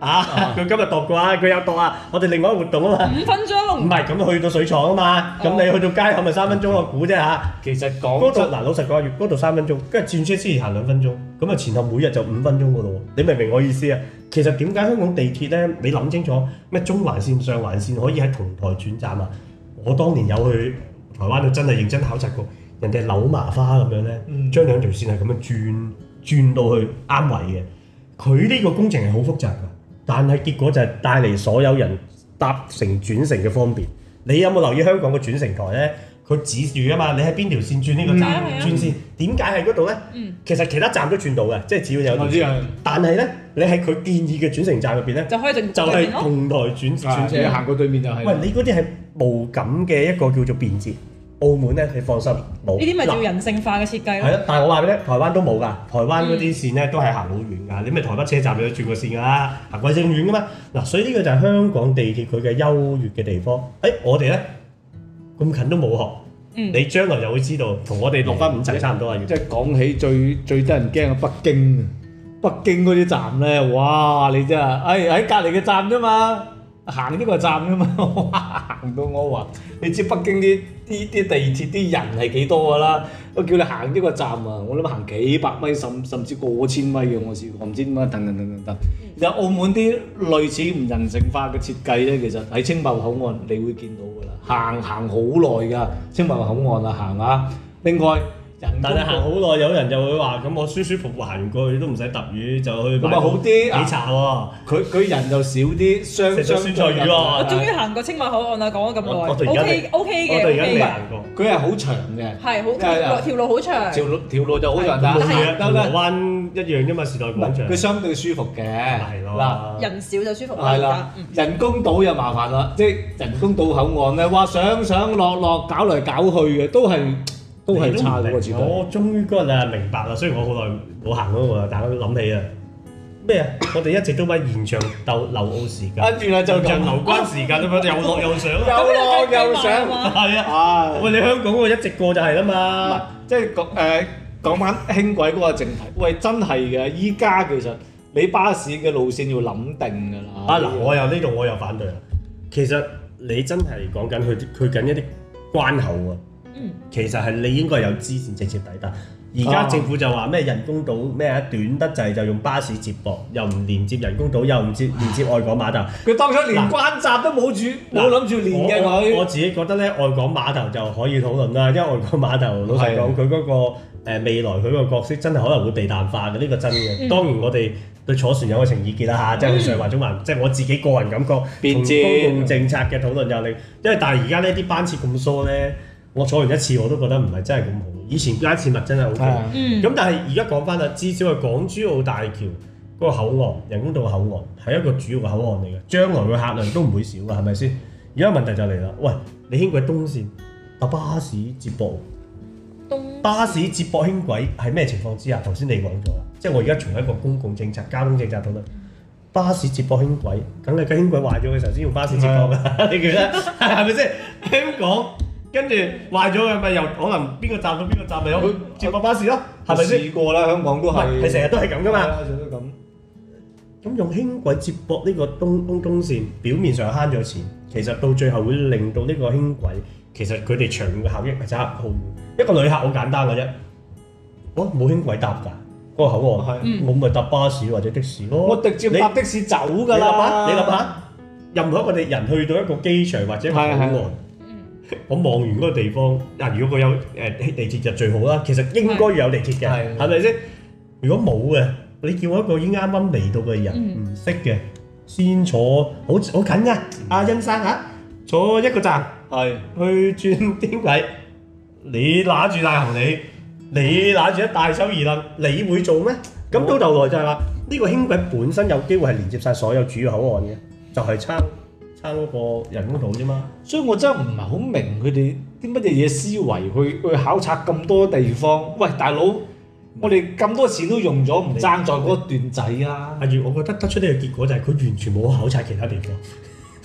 啊
啊
佢今日度過啊，佢有度啊，我哋另外一個活動啊嘛，
五分
唔
鐘，
係咁去到水廠啊嘛，咁
哦
你去到街口咪三分鐘我估啫嚇。
其實
嗰
講
度
真，
嗱，老實講，嗰度三分鐘，跟住轉車之前行兩分鐘，咁啊前後每日就五分鐘嗰度喎，你明唔明我意思啊？其實點解香港地鐵咧？你諗清楚咩中環線、上環線可以喺同台轉站啊？我當年有去台灣度真係認真考察過，人哋扭麻花咁樣咧，
嗯
將兩條線係咁樣轉轉到去啱位嘅。佢呢個工程係好複雜㗎，但係結果就係帶嚟所有人搭乘轉乘嘅方便。你有冇留意香港嘅轉乘台咧？佢指住㗎嘛，你喺邊條線轉呢個站、
嗯係啊係啊
轉線？點解喺嗰度咧？
嗯，
其實其他站都轉到嘅，即係只要有條
我
線。
知啊，
但係咧，你喺佢建議嘅轉乘站入邊咧，
就可以進
就
對
係
面咯。
同台轉轉
轉
車
車。行過對面就係。
喂，你嗰啲係無感嘅一個叫做便捷。澳門咧，你放心冇。
呢啲咪
嗱
叫人性化嘅設
係
計咯。
啊，但係我話俾你聽，台灣都冇㗎，台灣嗰啲線咧都係行好遠㗎，你咪台北車站你都轉個線㗎啦，行鬼正遠㗎嘛。嗱，所以呢個就係香港地鐵佢嘅優越嘅地方。誒、我哋咧咁近都冇學，
嗯
你將來就會知道，同我哋落翻五仔差唔 多啊。
即係講起最最得人驚嘅北京，北京嗰啲站咧，哇！你真係，哎喺隔離嘅站啫嘛，行呢個站啫嘛，哇！行到我話，你知北京啲啲啲地鐵啲人係幾多㗎啦？我叫你行呢個站啊，我諗行幾百米，甚甚至過千米嘅，我試過，唔知點解，等等等等等。有澳門啲類似唔人性化嘅設計咧，其實喺青茂口岸你會見到㗎啦，行行好耐㗎，青茂口岸啊行啊。另外，人工
但係行
島
好耐，有人就會話：咁我舒舒服服行完過去都唔使揼魚，就去
咁
買
啊好啲啊
喜茶喎。
佢佢人就少啲，相
食咗
相
酸菜魚喎
我終於行過青馬口岸啦，講咗咁
我我突
耐
然間
，OK OK
我
嘅
到而家未
，OK 嘅，
行過。
佢係好長嘅，
係好
係啊
條路條路好長，
條路條路就好長，
係
但
冇嘢
係
啊，
得
銅鑼
啦，
灣一樣啫嘛，時代廣場
佢。相對舒服嘅，
係
嗱。
咯，
人少就舒服啦。
係
而
啦
家，嗯，
人工島又麻煩啦，即係人工島口岸咧，哇上上落落搞嚟搞去嘅，都係都係差嘅喎，設計。
我終於嗰日啊明白啦，雖然我好耐冇行嗰個，但係我諗起啊，咩啊？我哋一直都咪延長鬥留澳時間，
啊原來就咁
延長留關時間咁樣，又落又上
有
啊！
咁你
落又
就計埋啦
上，
嘛
係啊，
啊！
喂，你香港嗰個一直過就係啦
唔係
嘛，
即係講誒講翻輕軌嗰個正題，喂，真係嘅，依家其實你巴士嘅路線要諗定㗎啦。
啊嗱，我又呢度我又反對啦。其實你真係講緊佢佢緊一啲關口啊，
嗯，
其實係你應該有支線直接抵達。而家
啊
政府就話咩人工島咩啊短得滯就用巴士接駁，又唔連接人工島，又唔接連接外港碼頭。
佢當初連關閘都冇住，冇諗住連嘅
我我我
佢。
自己覺得咧，外港碼頭就可以討論啦，因為外港碼頭老實
係啊
講，佢嗰、個、呃、未來佢個角色真係可能會被淡化嘅，呢、個真嘅。
嗯
當然我哋對坐船有個情意結啦嚇，即係好似話中環，即係我自己個人感覺，
變
從
節
公共政策嘅討論有另，因為但係而家呢啲班次咁疏咧，我坐完一次我都覺得唔係真係咁好，以前街市物真係好
係
好。
啊
嗯
咁但係而家講翻啦，至少係港珠澳大橋嗰個口岸、人工島口岸係一個主要嘅口岸嚟嘅，將來嘅客量都唔會少啊㗎，係咪先？而家問題就嚟啦，喂，你輕軌東線搭巴士接駁，
東
巴士接駁輕軌係咩情況之下？頭先你講咗啦，即係我而家從一個公共政策、交通政策討論。巴士接駁輕軌，梗係輕軌壞咗嘅時候先用巴士接駁㗎， 你記得係咪先？香港跟住壞咗嘅咪又可能邊個站到邊個站咪有接駁巴士咯，係咪先？
試過啦，香港都係。
係成日都係咁噶
係
嘛。
啊，成日都咁。
咁用輕軌接駁呢個東東東線，表面上慳咗錢，其實到最後會令到呢個輕軌其實佢哋長遠嘅效益係差好遠。一個旅客好簡單嘅啫，哦冇輕軌搭㗎，嗰、個口岸
哦係，啊
我咪搭巴士或者的士咯。
我直接
你
搭的士走
你
㗎
諗
啦。
下，你諗下，任何一個哋人去到一個機場或者一個口
係係啊
岸
係。
嗯
我望完嗰個地方，嗱，如果佢有誒、呃地鐵就最好啦。其實應該要有地鐵嘅，
係
係咪先？如果冇嘅，你叫我一個已經啱啱嚟到嘅人
嗯
唔識嘅，先坐好好近㗎。阿欣生嚇，坐一個站
係。
去轉天軌，你揦住大行李，你揦住一大手二楞，你會做咩？咁到頭來就係話，呢、個輕軌本身有機會係連接晒所有主要口岸嘅，就係撐撐嗰個人工島啫嘛。
所以我真係唔係好明佢哋啲乜嘢嘢思維去去考察咁多地方。喂，大佬，我哋咁多錢都用咗，唔爭在嗰段仔啊！
阿月，我覺得得出呢個結果就係佢完全冇考察其他地方，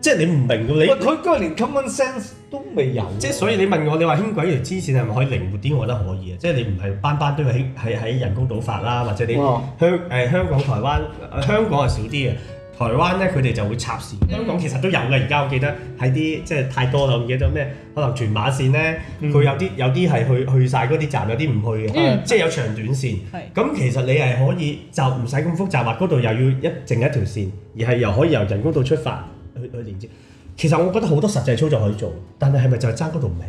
即係你唔明
喂，
嘅你。
佢佢連 common sense 都未有。啊
即係所以你問我，你話輕軌條支線係咪可以靈活啲？我覺得可以啊嘅，即係你唔係班班都喺喺喺人工島發啦，或者你香
哦
誒香港、台灣、呃香港係少啲嘅，台灣咧佢哋就會插線，
嗯
香港其實都有嘅。而家我記得喺啲即係太多啦，我唔記得咩，可能全馬線咧，佢
嗯
有啲有啲係去去曬嗰啲站，有啲唔去嘅，
嗯
即係有長短線。
係
咁其實你係可以就唔使咁複雜，話嗰度又要一剩一條線，而係又可以由人工島出發去去連接。其實我覺得好多實際操作可以做，但係係咪就係爭嗰度唔起？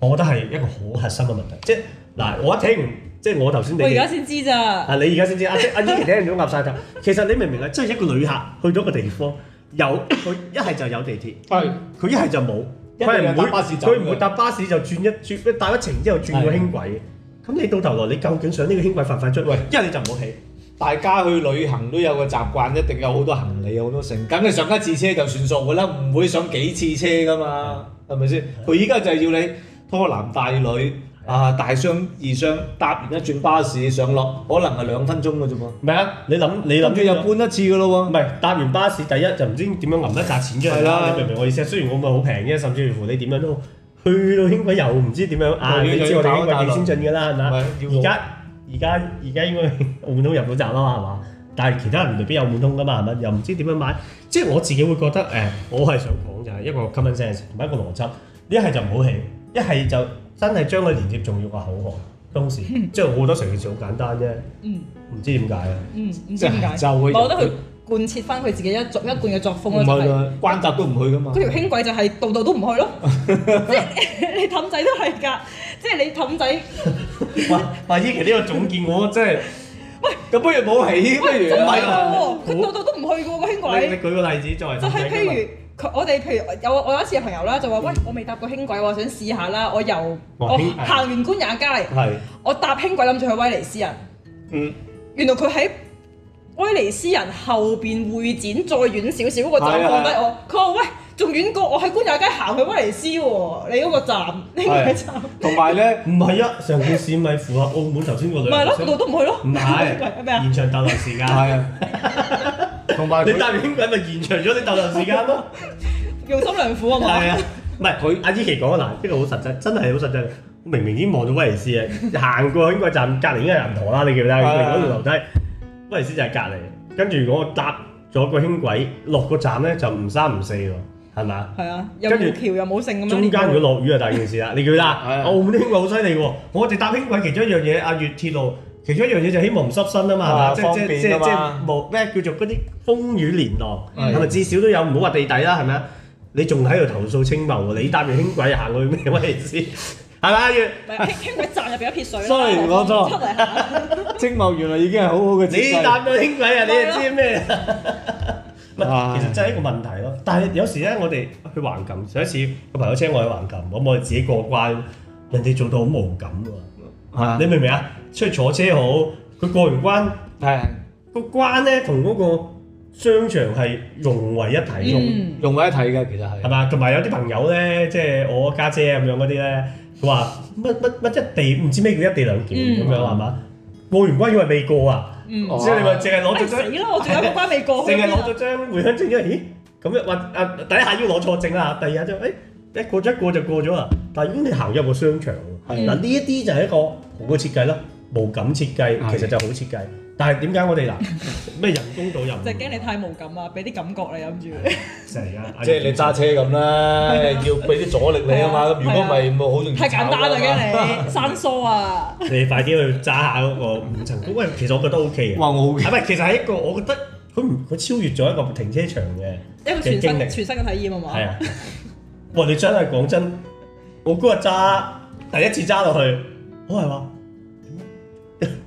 我覺得係一個好核心嘅問題。即係嗱，我一聽完，即係我頭先你
我而家先知咋。
啊，你而家先知啊，即係阿依琪聽唔到鴨晒頭。其實你明唔明啊？即係一個旅客去到一個地方，有佢一係就有地鐵。
係
佢一係就冇，
一
佢係
係
唔
就搭
會
巴士走
佢唔會
嘅
搭巴士就轉一轉，搭一程之後轉個輕軌嘅。咁你到頭來，你究竟想呢個輕軌快唔快出？喂，一係你就唔好起。
大家去旅行都有個習慣，一定有好多行李，有好多剩，梗係上一次車就算數㗎啦，唔會上幾次車噶嘛，係咪先？佢依家就係要你拖男帶女啊，大箱二箱搭完一轉巴士上落，可能係兩分鐘嘅啫噃，
唔係啊，你諗你
諗
諗
住
住
又
又
搬
搬，
一次㗎咯
唔
喎。
係搭完巴士第一就唔知點樣揞一沓錢出嚟
係
啦。
啦
你明唔明我意思啊？雖然我咪好平啫，甚至乎你點樣都去到輕軌又唔知點樣啊！
又要
你知我哋輕
又要
軌
搞
幾先進㗎啦，係咪啊？
係要
而家而家而家應該 澳門通入到站啦嘛，係嘛？但係其他人未必有澳門通㗎嘛，係咪？又唔知點樣買，即係我自己會覺得誒、我係想講就係一個 common sense 同埋一個邏輯，一係就唔好起，一係就真係將佢連接重要嘅口岸。當時即係我覺得成件事好簡單啫，
嗯
唔知點解啊？
嗯，唔知點解。
就
我
會
覺得佢貫徹翻佢自己一作一貫嘅作風啊
唔
咯，就係
係㗎，關閘都唔去㗎嘛
嗰。條輕軌就係度度都唔去咯。即係你氹仔都係㗎，即係你氹仔，
哇！哇！依期呢個總結我真係〜
咁不如冇起，不
喂，
如
真
唔
係
係啊
喎，佢度度都唔去嘅喎個輕
你
軌
你。舉個例子作為啊
就係
係
譬如佢，我哋譬如有我有一次有朋友啦，就話：喂，我未搭過輕軌，我想試下啦。我由
哇
我
輕
行完官也街，
係
我搭輕軌諗住去威尼斯啊人，
嗯，
原來佢會喺威尼斯人後邊會展再遠少少嗰個站
係啊
放低我。佢話：喂，仲遠過我喺官也街行去威尼斯喎，你嗰個站輕軌站，
同埋咧。
唔係啊？成件事咪符合澳門頭先個
唔
兩
係咯，度都唔去咯。
唔 係
係咩啊？
現場逗留時間。
係啊，同埋
你
佢
搭完輕軌咪延長咗你逗留時間咯？
用心良苦啊嘛。
嗯係啊，唔係佢阿依琪講嗱，呢個好實際，真係好實際。我明明已經望到威尼斯啊，行過輕軌站隔離已經係銀河啦，你記唔記得？
係
另
啊
外一條樓梯。不列斯就係隔離。跟住如果我搭咗個輕軌落個站咧，就唔三唔四喎，係咪啊？
係啊，又
跟住
冇橋又冇剩咁樣。
中間如果落雨就大件事啦，你記唔記得啊
係啊
澳門啲輕軌好犀利喎，我哋搭輕軌其中一樣嘢，阿粵鐵路其中一樣嘢就希望唔濕身啊嘛，
啊
係嘛？即
方
即
便
即即
啊嘛
冇咩叫做嗰啲風雨連浪，
係
係咪至少都有唔好話地底啦，係咪啊？你仲喺度投訴青茂喎，你搭住輕軌行去咩位置？係咪啊？要
唔係輕輕軌站入邊一 撇水啦
Sorry，我錯
出嚟行
精茂原來已經係好好嘅設計
你搭咗輕軌啊，你就知咩啊？唔係，
唉
其實真係一個問題咯。但係有時咧，我哋去橫琴，上一次個朋友車我去橫琴，咁我哋自己過關，人哋做到好無感喎。
啊
你明唔明啊？出去坐車好，佢過完關，
係
個關咧同嗰個商場係融為一體咯，
嗯，
用為一體嘅，其實
係
係
嘛、同埋有啲朋友咧，即係我家姐咁樣嗰啲咧，佢話乜乜乜一地唔知咩叫一地兩檢咁
嗯
樣係嘛？過完關以為未過啊，
嗯
哦
即係你咪淨係攞
哎
咗
死
張。
啦！我仲有一個關未過 去
淨係攞
啊，
咗張回鄉證，因為咦咁樣話啊，第一下要攞錯證啦，第二下就誒一過咗一過就過咗啦。但係已經你行入個商場喎，
係
嗱呢一啲就係一個好嘅設計啦，無感設計
係
其實就好設計。但係點解我哋嗱咩人工導入？
就係驚你太無感啊，俾啲感覺你諗住。
成日啊
即係你揸車咁啦，要俾啲阻力你啊嘛。咁如果唔係，冇好容易
太簡單啦，
炒㗎嘛
驚你生疏啊！
你快啲去揸下嗰個五層高。喂，其實我覺得 OK 嘅。
哇！我好
啊係咪？其實係一個我覺得佢唔佢超越咗一個停車場嘅。
一個全新
嘅經歷
全新嘅體驗啊嘛。
係啊！哇！你真係講真，我嗰日揸第一次揸落去，我係話點解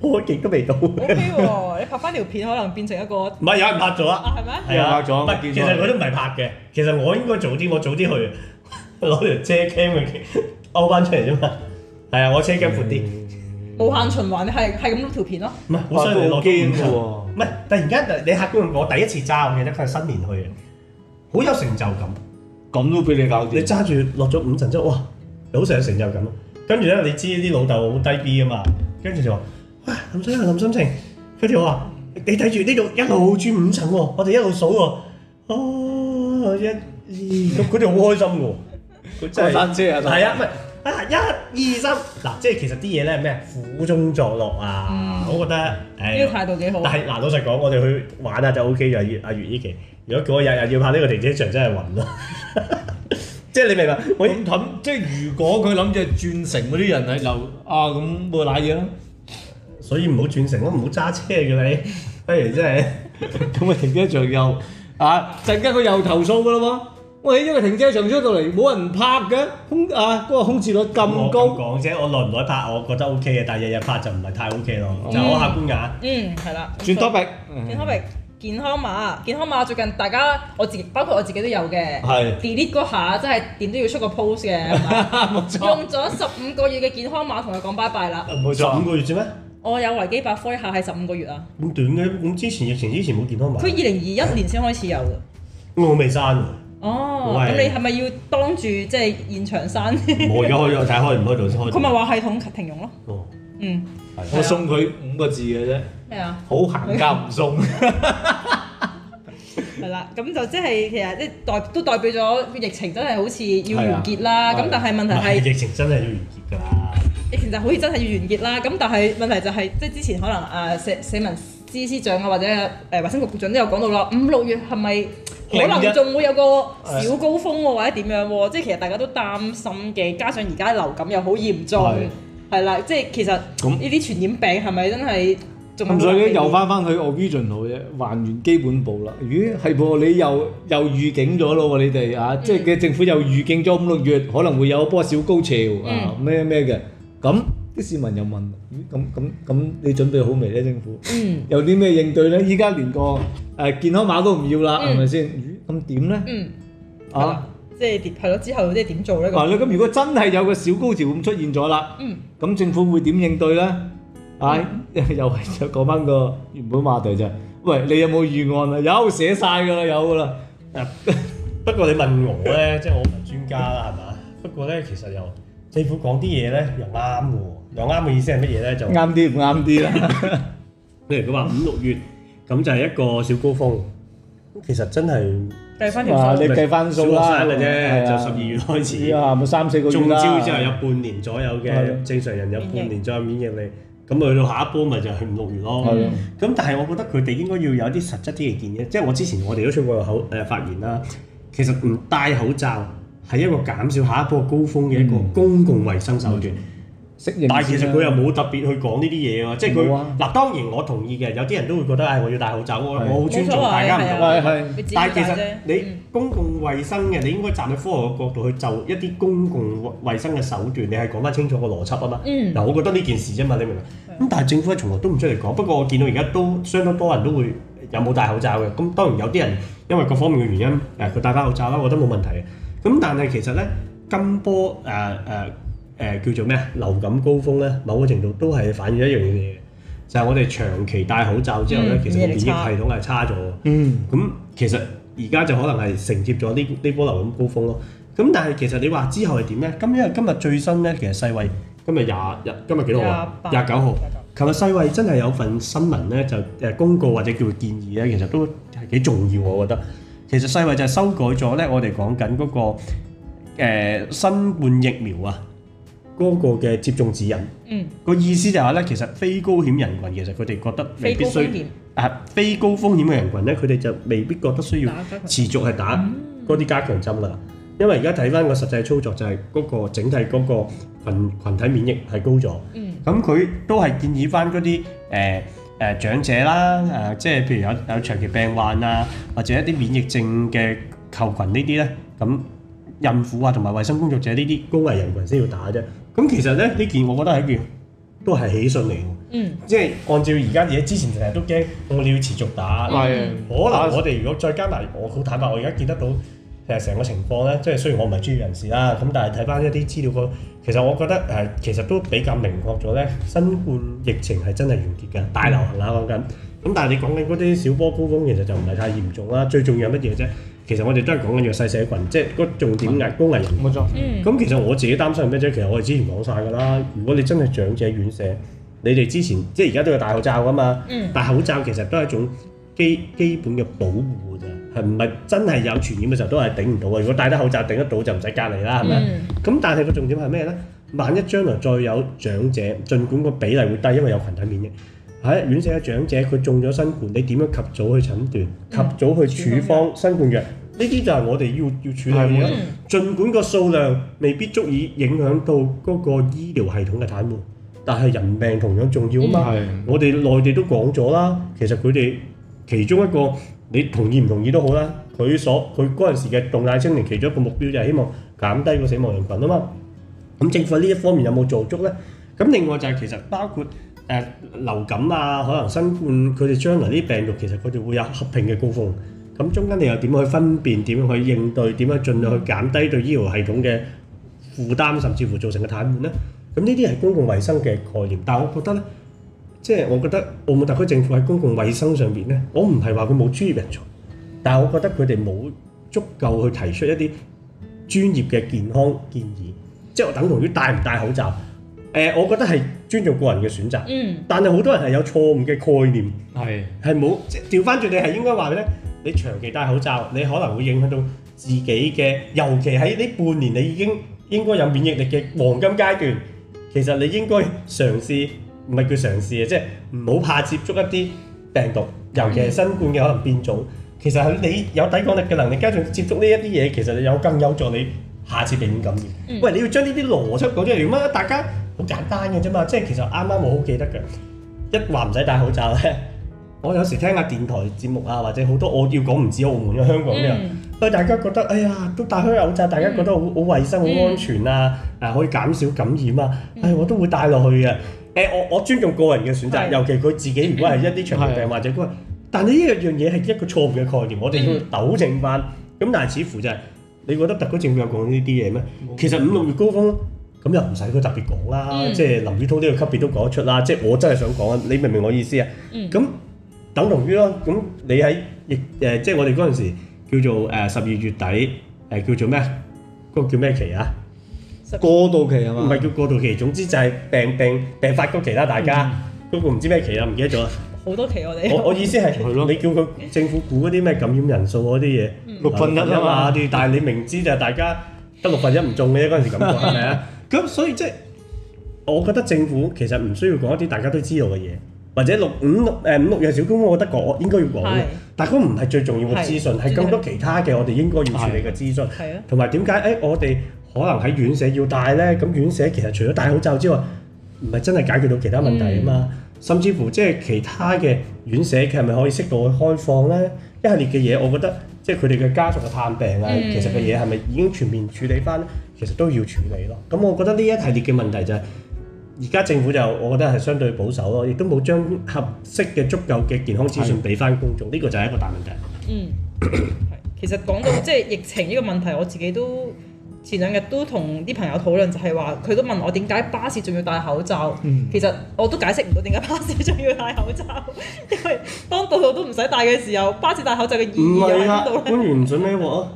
我勁都未到，唔
OK 喎，你拍翻條片可能變成一個啊，
係有人拍咗啦，
係咪？
係啊，
有人拍咗
唔係
我見
其
到
實佢都唔係拍嘅，其實我應該早啲，我早啲去攞條車 cam 去勾翻出嚟啫嘛。係啊，我車
嗯
cam 闊啲，
無限循環，你係係咁碌條片咯。
唔係好犀利落
驚
堅
嘅
喎。
喎
唔係突然間你客觀咁講，我第一次揸，我記得佢係新年去嘅，好有成就感。
咁都俾你搞
你
掂，
揸住落咗五層之後，哇，你好成有成就感咯。跟住咧，你知啲老豆好低 B 啊嘛，跟住就話：喂，林心情，林心情。跟住我話：你睇住呢度一路轉五層喎，我哋一路數喎。哦，一、二，咁佢哋好開心嘅喎。佢真
過
係
山車啊！
係啊，唔係啊，一、二、三。嗱，即係其實啲嘢咧係咩？苦中作樂啊，
嗯
我覺得
呢
誒
個。態度幾好
但。係嗱，老實講，我哋去玩啊下就 O K 就阿月阿月依期。如果叫我日日要拍呢個停車場，真係暈咯。 即係你明白？我
咁咁即係如果佢諗住轉乘嗰啲人係留啊咁冇賴嘢啦，
所以唔好轉乘咯，唔好揸車嘅你。不如真 係
咁啊停車場又啊陣間佢又投訴噶啦喎，我起咗個停車場出到嚟冇人拍嘅，空啊嗰個空置率咁
我
高，
咁講啫。我耐唔耐拍，我覺得 O K 嘅，但係日日拍就唔係太 O K 咯。
嗯
就我客觀眼。
嗯，係啦。
轉 topic
健康咪健康碼，健康碼最近大家我自己包括我自己都有嘅
係
，delete 嗰下真係點都要出個 post 嘅，係咪
冇錯，
用咗十五個月嘅健康碼同佢講拜拜啦。
冇
十
錯
五個月啫咩？
我有維基百科一下係十五個月啊，
咁短嘅，咁之前疫情之前冇健康
佢二
碼，
零二一年先開始有嘅。
我未刪 喎。
哦，
喂
咁你係咪要當住即係現場刪？
我而家開咗睇開唔開到先開
佢
到。
咪話系統停用咯。
哦，
嗯，
我送佢五個字嘅啫，
咩啊？
好行家唔送。
係啦，咁就即係其實即係代都代表咗疫情真係好似要完結啦。
係啊
咁但係問題
唔係
係
疫情真係要完結㗎啦。
疫情就好似真係要完結啦。咁但係問題就係即係之前可能誒社社民司司長啊或者誒衞生局局長都有講到啦，五六月係咪
零
可
一
能仲會有個小高峰喎，或者點樣喎？即係其實大家都擔心嘅，加上而家流感又好嚴重
係，
係啦，即係其實呢
咁
啲傳染病係咪真係仲
咁
係
所以
好
咧
難
又
避免
翻翻去 original 啫，還原基本步啦。咦，係噃，你又又預警咗咯喎，你哋啊，即係嘅政府又預警咗五六月可能會有一波小高潮啊，咩咩嘅。咁啲市民又問：咦，咁咁咁，你準備好未咧？政府
嗯
有啲咩應對咧？依家連個誒健康碼都唔要啦，係咪先？咦，咁點咧？
嗯係
啊
啦，，即係點係咯？之後即係點做咧？咁
嗱，你咁如果真係有個小高潮咁出現咗啦。
嗯。
咁政府會點應對咧？唉， 又係又講翻個原本話題就係，喂，你有冇預案啊？有寫晒㗎啦，有㗎啦。
啊 不過你問我咧， 即係我唔係專家啦，係嘛？不過咧，其實又政府講啲嘢咧又啱嘅喎，又啱嘅意思係乜嘢咧？就
啱啲唔啱啲啦。
譬如佢話五六月咁就係一個小高峰，咁其實真係
計翻
啊
條數
你，計返數啦
小學生嘅
係
啫，
啊
就十二月開
啊，咪三四個
始，
月
中
啦。
招之後有半年左右
係
嘅正常人有半年左右免疫力，咁去到下一波咪就係五六月咯。
係啊
咁但係我覺得佢哋應該要有啲實質啲嘅建議，即係我之前我哋都出過個口誒、呃、發言啦。其實唔戴口罩係一個減少下一波高峰嘅一個
嗯
公共衞生手段。
適應先啦。
但係其實佢又冇特別去講呢啲嘢喎，即係佢
啊冇啊
嗱當然我同意嘅，有啲人都會覺得唉，我要戴口罩，我
係
我好尊重大家唔同
冇所謂係
嘅
啊
係係
你自己
但係其
戴
實
啫
你
嗯
公共衞生嘅，你應該站喺科學嘅角度去就一啲公共衞生嘅手段，你係講翻清楚個邏輯啊嘛。
嗯
嗱，我覺得呢件事啫嘛，你明唔明？咁但係政府係從來都唔出嚟講。不過我見到而家都相當多人都會有冇戴口罩嘅。咁當然有啲人因為各方面嘅原因，誒佢戴翻口罩啦，我覺得冇問題嘅。咁但係其實咧，今波誒誒誒叫做咩啊？流感高峰咧，某個程度都係反映一樣嘢嘅，就係、我哋長期戴口罩之後咧，
嗯
其實個免疫
免疫力
系
差
統係差咗嘅。
嗯
咁其實而家就可能係承接咗呢呢波流感高峰咯。咁但係其實你話之後係點咧？咁因為今日最新咧，其實世衛今日廿日，今日幾多號啊？
28
廿九號。琴日世衛真係有份新聞咧，就誒公告或者叫做建議咧，其實都係幾重要，我覺得。其實世衛就係修改咗咧，我哋講緊嗰個、呃、新冠疫苗啊嗰、個嘅接種指引。
嗯，
個意思就係話咧，其實非高險人群其實佢哋覺得未
非
必
高
需
風險
啊非高風險嘅人群咧，佢哋就未必覺得需要
打嗯加強
持續係打嗰啲加強針啦。因為而家睇翻個實際操作就係嗰個整體嗰個群羣體免疫係高咗，
嗯
咁佢、都係建議翻嗰啲誒誒長者啦，誒、即係譬如有有長期病患啊，或者一啲免疫症嘅球群呢啲咧，咁孕婦啊同埋衞生工作者呢啲高危人群先要打啫。咁其實咧呢件我覺得係一件都係喜訊嚟嘅。
嗯，
即係按照而家嘢，之前成日都驚我哋要持續打，可
係
能我哋如果再加埋，我好坦白，我而家見得到誒成個情況咧，即係雖然我唔係專業人士啦，咁但係睇翻一啲資料個，其實我覺得誒、其實都比較明確咗咧，新冠疫情係真係完結㗎，大流行啦講緊。咁但係你講緊嗰啲小波高峰，其實就唔係太嚴重啦。最重要係乜嘢啫？其實我哋都係講緊弱勢社群，即係個重點係高危人
冇錯。
嗯
咁其實我自己擔心係咩啫？其實我哋之前講晒㗎啦。如果你真係長者院舍，你哋之前即係而家都有戴口罩㗎嘛。
嗯
戴口罩其實都係一種基基本嘅保護咋，係唔係真係有傳染嘅時候都係頂唔到啊？如果戴得口罩頂得到就唔使隔離啦，係咪？
嗯
咁、但係個重點係咩咧？萬一將來再有長者，儘管個比例會低，因為有群體免疫。喺院舍嘅長者，佢中咗新冠，你點樣及早去診斷、及早嗯去處方新冠藥？呢啲就係我哋要要處理嘅嘢咯
嗯。
儘管個數量未必足以影響到嗰個醫療系統嘅癱瘓，但係人命同樣重要啊嘛。
係
我哋內地都講咗啦，其實佢哋其中一個你同意唔同意都好啦，佢所佢嗰陣時嘅動態清零其中一個目標就係希望減低個死亡人群啊嘛。咁政府喺呢一方面有冇做足呢？咁另外就係其實包括誒、呃流感啊，可能新冠佢哋將來啲病毒其實佢哋會有合併嘅高峰。咁中間你又點去分辨？點樣去應對？點樣盡量去減低對醫療系統嘅負擔，甚至乎造成嘅癱瘓呢？咁呢啲係公共衞生嘅概念，但係我覺得呢，即係我覺得澳門特區政府喺公共衞生上邊呢，我唔係話佢冇專業人才，但係我覺得佢哋冇足夠去提出一啲專業嘅健康建議，即係等同於戴唔戴口罩。誒、我覺得係尊重個人嘅選擇，
嗯
但係好多人係有錯誤嘅概念。
係
係冇即係調翻轉，你係應該話咧，你長期戴口罩，你可能會影響到自己嘅，尤其喺呢半年，你已經應該有免疫力嘅黃金階段。其實你應該嘗試，唔係叫嘗試啊，即係唔好怕接觸一啲病毒，尤其係新冠嘅可能變種。其實係你有抵抗力嘅能力，加上接觸呢一啲嘢，其實有更有助你下次避免感染。
嗯
喂，你要將呢啲邏輯講出嚟，咁啊大家好簡單嘅啫嘛。即係其實啱啱我好記得嘅。一話唔使戴口罩咧， 我有時聽下電台節目啊，或者好多我要講唔止澳門嘅香港嘅，喂、
嗯
大家覺得哎呀都戴開口罩，大家覺得好好衞生、好
嗯
安全啊，誒、可以減少感染啊，唉、我都會戴落去嘅。誒、我我尊重個人嘅選擇，
係
尤其佢自己如果係一啲長期病
係
或者嗰，但係呢一樣嘢係一個錯誤嘅概念，我哋
嗯
要糾正翻。咁但係似乎就係、你覺得特區政府有講呢啲嘢咩？其實五六月高峰咁又唔使佢特別講啦，
嗯
即係林宇滔呢個級別都講得出啦。即係我真係想講啊，你明唔明我意思啊？
嗯
咁、等同於咯，咁你喺疫誒、即係我哋嗰陣時叫做誒十二月底誒、叫做咩啊？嗰、個叫咩期啊？
過渡期係
唔
嘛？
係叫過渡期，總之就係病病病發嗰期啦，大家嗰、個唔知咩期啦，唔記得咗啦。
好多期我
我
哋
我意思係
係咯
你叫佢政府估嗰啲咩感染人數嗰啲嘢，
六分一啊嘛
嗰啲，但係 你明知就係大家得六分一唔中嘅啫，嗰陣時感覺係咪啊？咁所以即係我覺得政府其實唔需要講一啲大家都知道嘅嘢，或者六五六誒五六樣小公屋，我覺得講應該要講
係
嘅，但係嗰唔係最重要嘅資訊，
係
係咁多其他嘅我哋應該要處理嘅資訊。
係啊，
同埋點解誒我哋可能喺院舍要戴咧？咁院舍其實除咗戴口罩之外，唔係真係解決到其他問題啊嘛。甚至乎即係其他嘅院舍，佢係咪可以適度去開放咧？一系列嘅嘢，我覺得即係佢哋嘅家屬嘅探病啊，
嗯
其實嘅嘢係咪已經全面處理翻咧？其實都要處理咯。咁我覺得呢一系列嘅問題就係、而家政府就我覺得係相對保守咯，亦都冇將合適嘅足夠嘅健康資訊俾翻公眾，呢個就係一個大問題。
嗯，係。其實講 到即係疫情呢個問題，我自己都前兩日都同啲朋友討論，就係話佢都問我點解巴士仲要戴口罩。
嗯
其實我都解釋唔到點解巴士仲要戴口罩，因 為當度度都唔使戴嘅時候，巴士戴口罩嘅意
唔
義又喺
係
邊
啦，
度咧？
官員唔準孭鑊啊！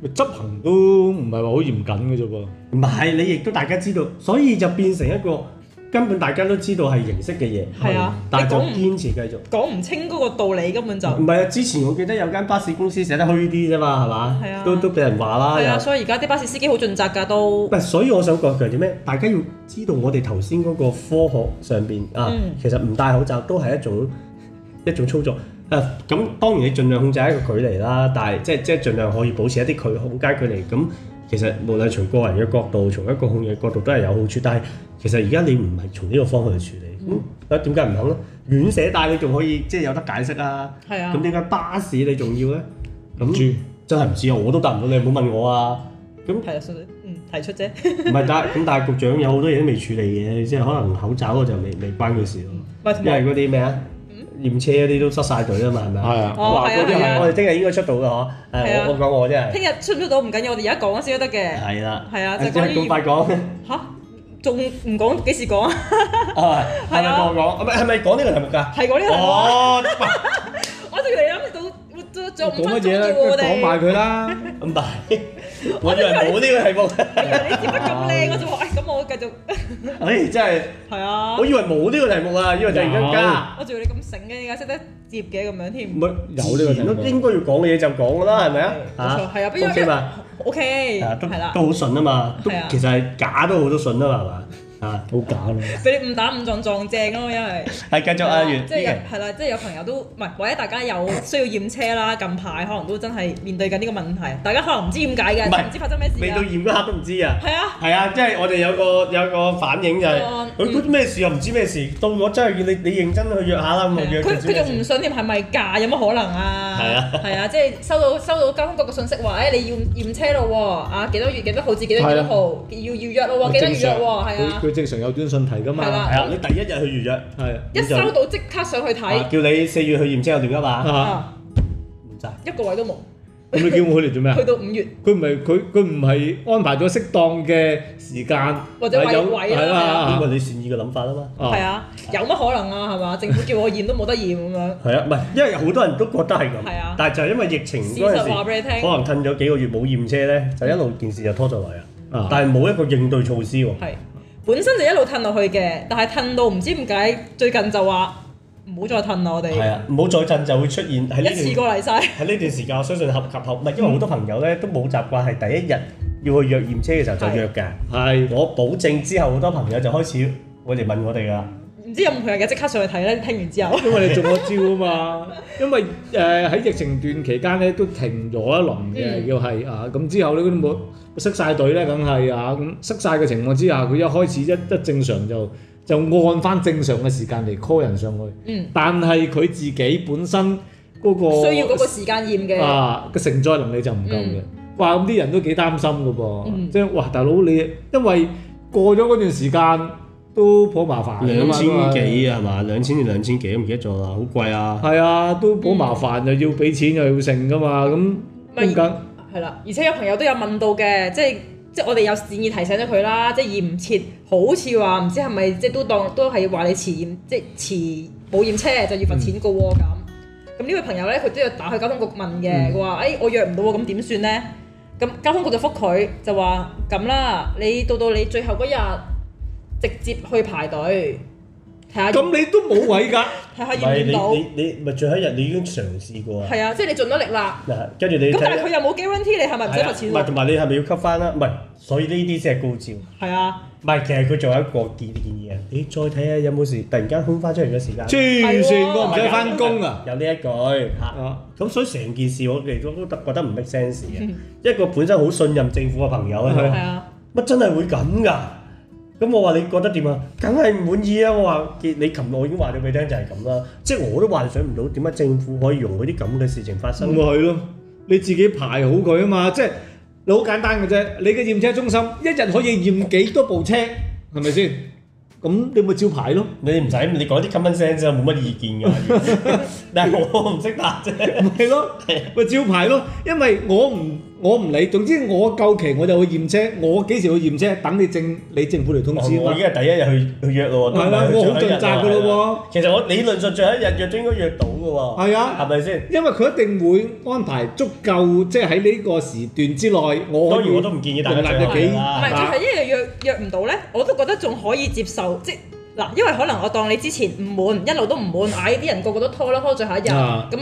咪執行都唔係話好嚴謹嘅啫噃。
唔係，你亦都大家知道，所以就變成一個根本大家都知道係形式嘅嘢，
係啊
但係就
你講唔
堅持繼續。
講唔清嗰個道理根本就
唔係啊，之前我記得有間巴士公司寫得虛啲啫嘛，係嘛
係啊？
都都俾人話啦。
係啊，
又
所以而家啲巴士司機好盡責㗎都
唔。係，所以我想講強調咩？大家要知道我哋頭先嗰個科學上邊啊，
嗯
其實唔戴口罩都係一種 一種操作。誒、咁當然你盡量控制一個距離啦，但係即係即係盡量可以保持一啲距空間距離。咁其實無論從個人嘅角度，從一個控制嘅角度都係有好處。但係其實而家你唔係從呢個方向去處理，
嗯
咁啊點解唔肯咧？院舍帶你仲可以即係有得解釋啊，
係啊
咁點解巴士你仲要咧？
唔
咁
知
真係唔知啊，我都答唔到你，唔好問我啊。咁
係啊，所以嗯提出啫。
唔係，但咁但係局長有好多嘢都未處理嘅，即係可能口罩嗰就未未關佢事咯。
喂，同
因
埋
為嗰啲咩啊，驗車嗰啲都塞晒隊啦嘛，係咪
係
啊？
啊，
哦
話
係啊
嗰啲
係啊
係我哋聽日應該出到嘅嗬。
係
誒
啊，
我我講我真係
聽日出唔出到唔緊要，我哋而家講咗先都得嘅。
係啦，
係啊就
誒
關
即係
於
咁快講
吓？仲唔講幾時講啊？
啊？係咪我講？唔係係咪講呢個題目㗎？
係講呢個題目啊。
哦，
我仲嚟諗到，到仲有五
講乜
分
嘢
鐘
咧？
啫喎，我哋。
講埋佢啦。
唔係，我以為冇呢個題
我以啊為你接得咁靚，我就話：，哎，咁我繼續。
目。誒，真係，
係啊
我。以為冇呢個題目啊，以為突然間加。
我仲以為你咁醒嘅，點解識得接嘅咁樣添？
唔係
有呢個題
自
目
然都應該要講嘅嘢就講㗎啦，係咪啊？
冇錯，係啊，
嚇 OK 嘛？
O K，
啊，都
係啦，
都好順啊嘛，都
係啊
其實係假都好多順啊嘛，係嘛？啊，
好假咯。
俾你誤打誤撞撞正咯，因為。
係繼續啊，袁
即係有係啦，即係有朋友都唔係，或者大家有需要驗車啦，近排可能都真係面對緊呢個問題，大家可能唔知點解
唔
嘅，
係
唔知發生咩事
未到
㗎。
驗嗰刻都唔知啊。
係啊，
係啊，即係我哋有個有個反應就係，
個案
佢咩事又唔知咩事，到我真係要你你認真去約下啦，咁我約
佢
佢知
佢
咩
仲唔
事。
信添係咪假？有乜可能啊？
係啊
係啊，即係收到收到交通局嘅信息話，誒你要驗車咯喎，啊幾多月幾多號至幾多
係
月
啊
號要要約咯喎，幾多月約喎，係啊
佢，佢正常有短信提㗎嘛。
係啦
係啊，你第一日去預約，
係啊。
一
你就
收到即刻上去
啊
睇，
叫你四月去驗車有段㗎嘛，
啊
啊
唔制。
一個位都冇，
咁你叫我佢嚟做咩啊
去？到五月
佢唔係佢佢唔係安排咗適當嘅時間，
或者
係有
位位啦
係
呢
啦
個你善意嘅諗法啊嘛。
係，啊，有乜可能啊係嘛？政府叫我驗都冇得驗咁樣，
係啊，唔係，因為好多人都覺得係咁
係啊，
但係就係因為疫情
事
嗰陣
實
時
話。俾你聽，
可能褪咗幾個月冇驗車咧，就一路件事就拖咗落嚟
啊
啊！但係冇一個應對措施喎。
係本身就一路褪落去嘅，但係褪到唔知點解最近就話唔好再褪啦，我
係
哋
啊，唔好再震就會出現喺
一次
呢段
過嚟晒。
喺呢段時間，我相信合及合唔係，因為好多朋友咧都冇習慣係第一日要去約驗車嘅時候就約㗎。
係
我保證之後好多朋友就開始會嚟問我哋㗎啦。
唔知有冇朋友嘅即刻上去睇咧？聽完之後，
因為你中咗招啊嘛。因為誒喺疫情段期間咧都停咗一輪嘅，
嗯
叫係啊。咁之後咧佢都冇塞晒隊咧，梗係啊。咁塞晒嘅情況之下，佢一開始一一正常就就按翻正常嘅時間嚟 call 人上去，
嗯，
但係佢自己本身嗰個
需要嗰個時間驗嘅，
啊個承載能力就唔夠嘅。哇！咁啲人都幾擔心嘅噃，
嗯
即係哇，大佬你因為過咗嗰段時間都頗麻煩㗎
兩
嘛
千幾係嘛？兩千定兩千幾都唔記得咗啦，好貴啊！
係啊，都好麻煩，又要俾錢又要剩噶嘛，咁
咪
點解？
係啦。而且有朋友都有問到嘅，即係即係我哋有善意提醒咗佢啦，即係驗唔切，好似話唔知係咪即係都當都係話你遲驗，即係遲冇驗車就要罰錢個喎咁。咁呢位朋友咧，佢都有打去交通局問嘅，佢話：誒哎我約唔到喎，咁點算咧？咁交通局就覆佢就話：咁啦，你到到你最後嗰日直接去排隊。睇下
咁你都冇位㗎。
睇下
唔
驗唔
係
驗到。
你你你咪最後一日你已經嘗試過啊，
係啊，即係你盡咗力啦。
嗱跟住你
咁
睇
但係佢又冇 guarantee 你係咪唔使罰
唔
錢
係
喎？
同埋你係咪要吸翻啦？唔係，所以呢啲先係高招。
係啊，
唔係，其實佢仲有一個建建議啊！你再睇下有冇時突然間空翻出嚟嘅時間，
黐線，我唔使翻工啊！
有呢一句嚇。
啊，
咁所以成件事我哋都都覺得唔 make sense 嘅。一個本身好信任政府嘅朋友
係
咧，
係啊，
乜真係會咁㗎？咁我話你覺得點啊？梗係唔滿意啊！我話你你琴日我已經話咗俾你聽就係咁啦，即係我都幻想唔到點解政府可以容許啲咁嘅事情發生
咁咪。係咯，你自己排好佢啊嘛，即係你好簡單嘅啫。你嘅驗車中心一日可以驗幾多部車，係咪先？咁你咪照排 咯。
你唔使你講啲 common sense 啊冇乜意 見㗎。但係我唔識答啫。
咪咯，咪照排咯。因為我唔我唔理，總之我夠期我就去驗車，我幾時去驗車，等你政你政府嚟通知
我
嘛
已。經係第一日去去約咯喎，都唔
係啦
係去
我好
最後一日
盡責㗎
喎係
咯
啦其實我理論上最後一日約都應該約到嘅喎。
係啊
係咪先？
因為佢一定會安排足夠，即係喺呢個時段之內，我
當然我都唔建議大家
容
最
納
後
咗
一日
幾
唔
啦
係就
啊
係因為約約唔到咧，我都覺得仲可以接受，即嗱，因為可能我當你之前唔滿，一路都唔滿，唉，啲人個個都拖啦，拖最後一日，
啊
咁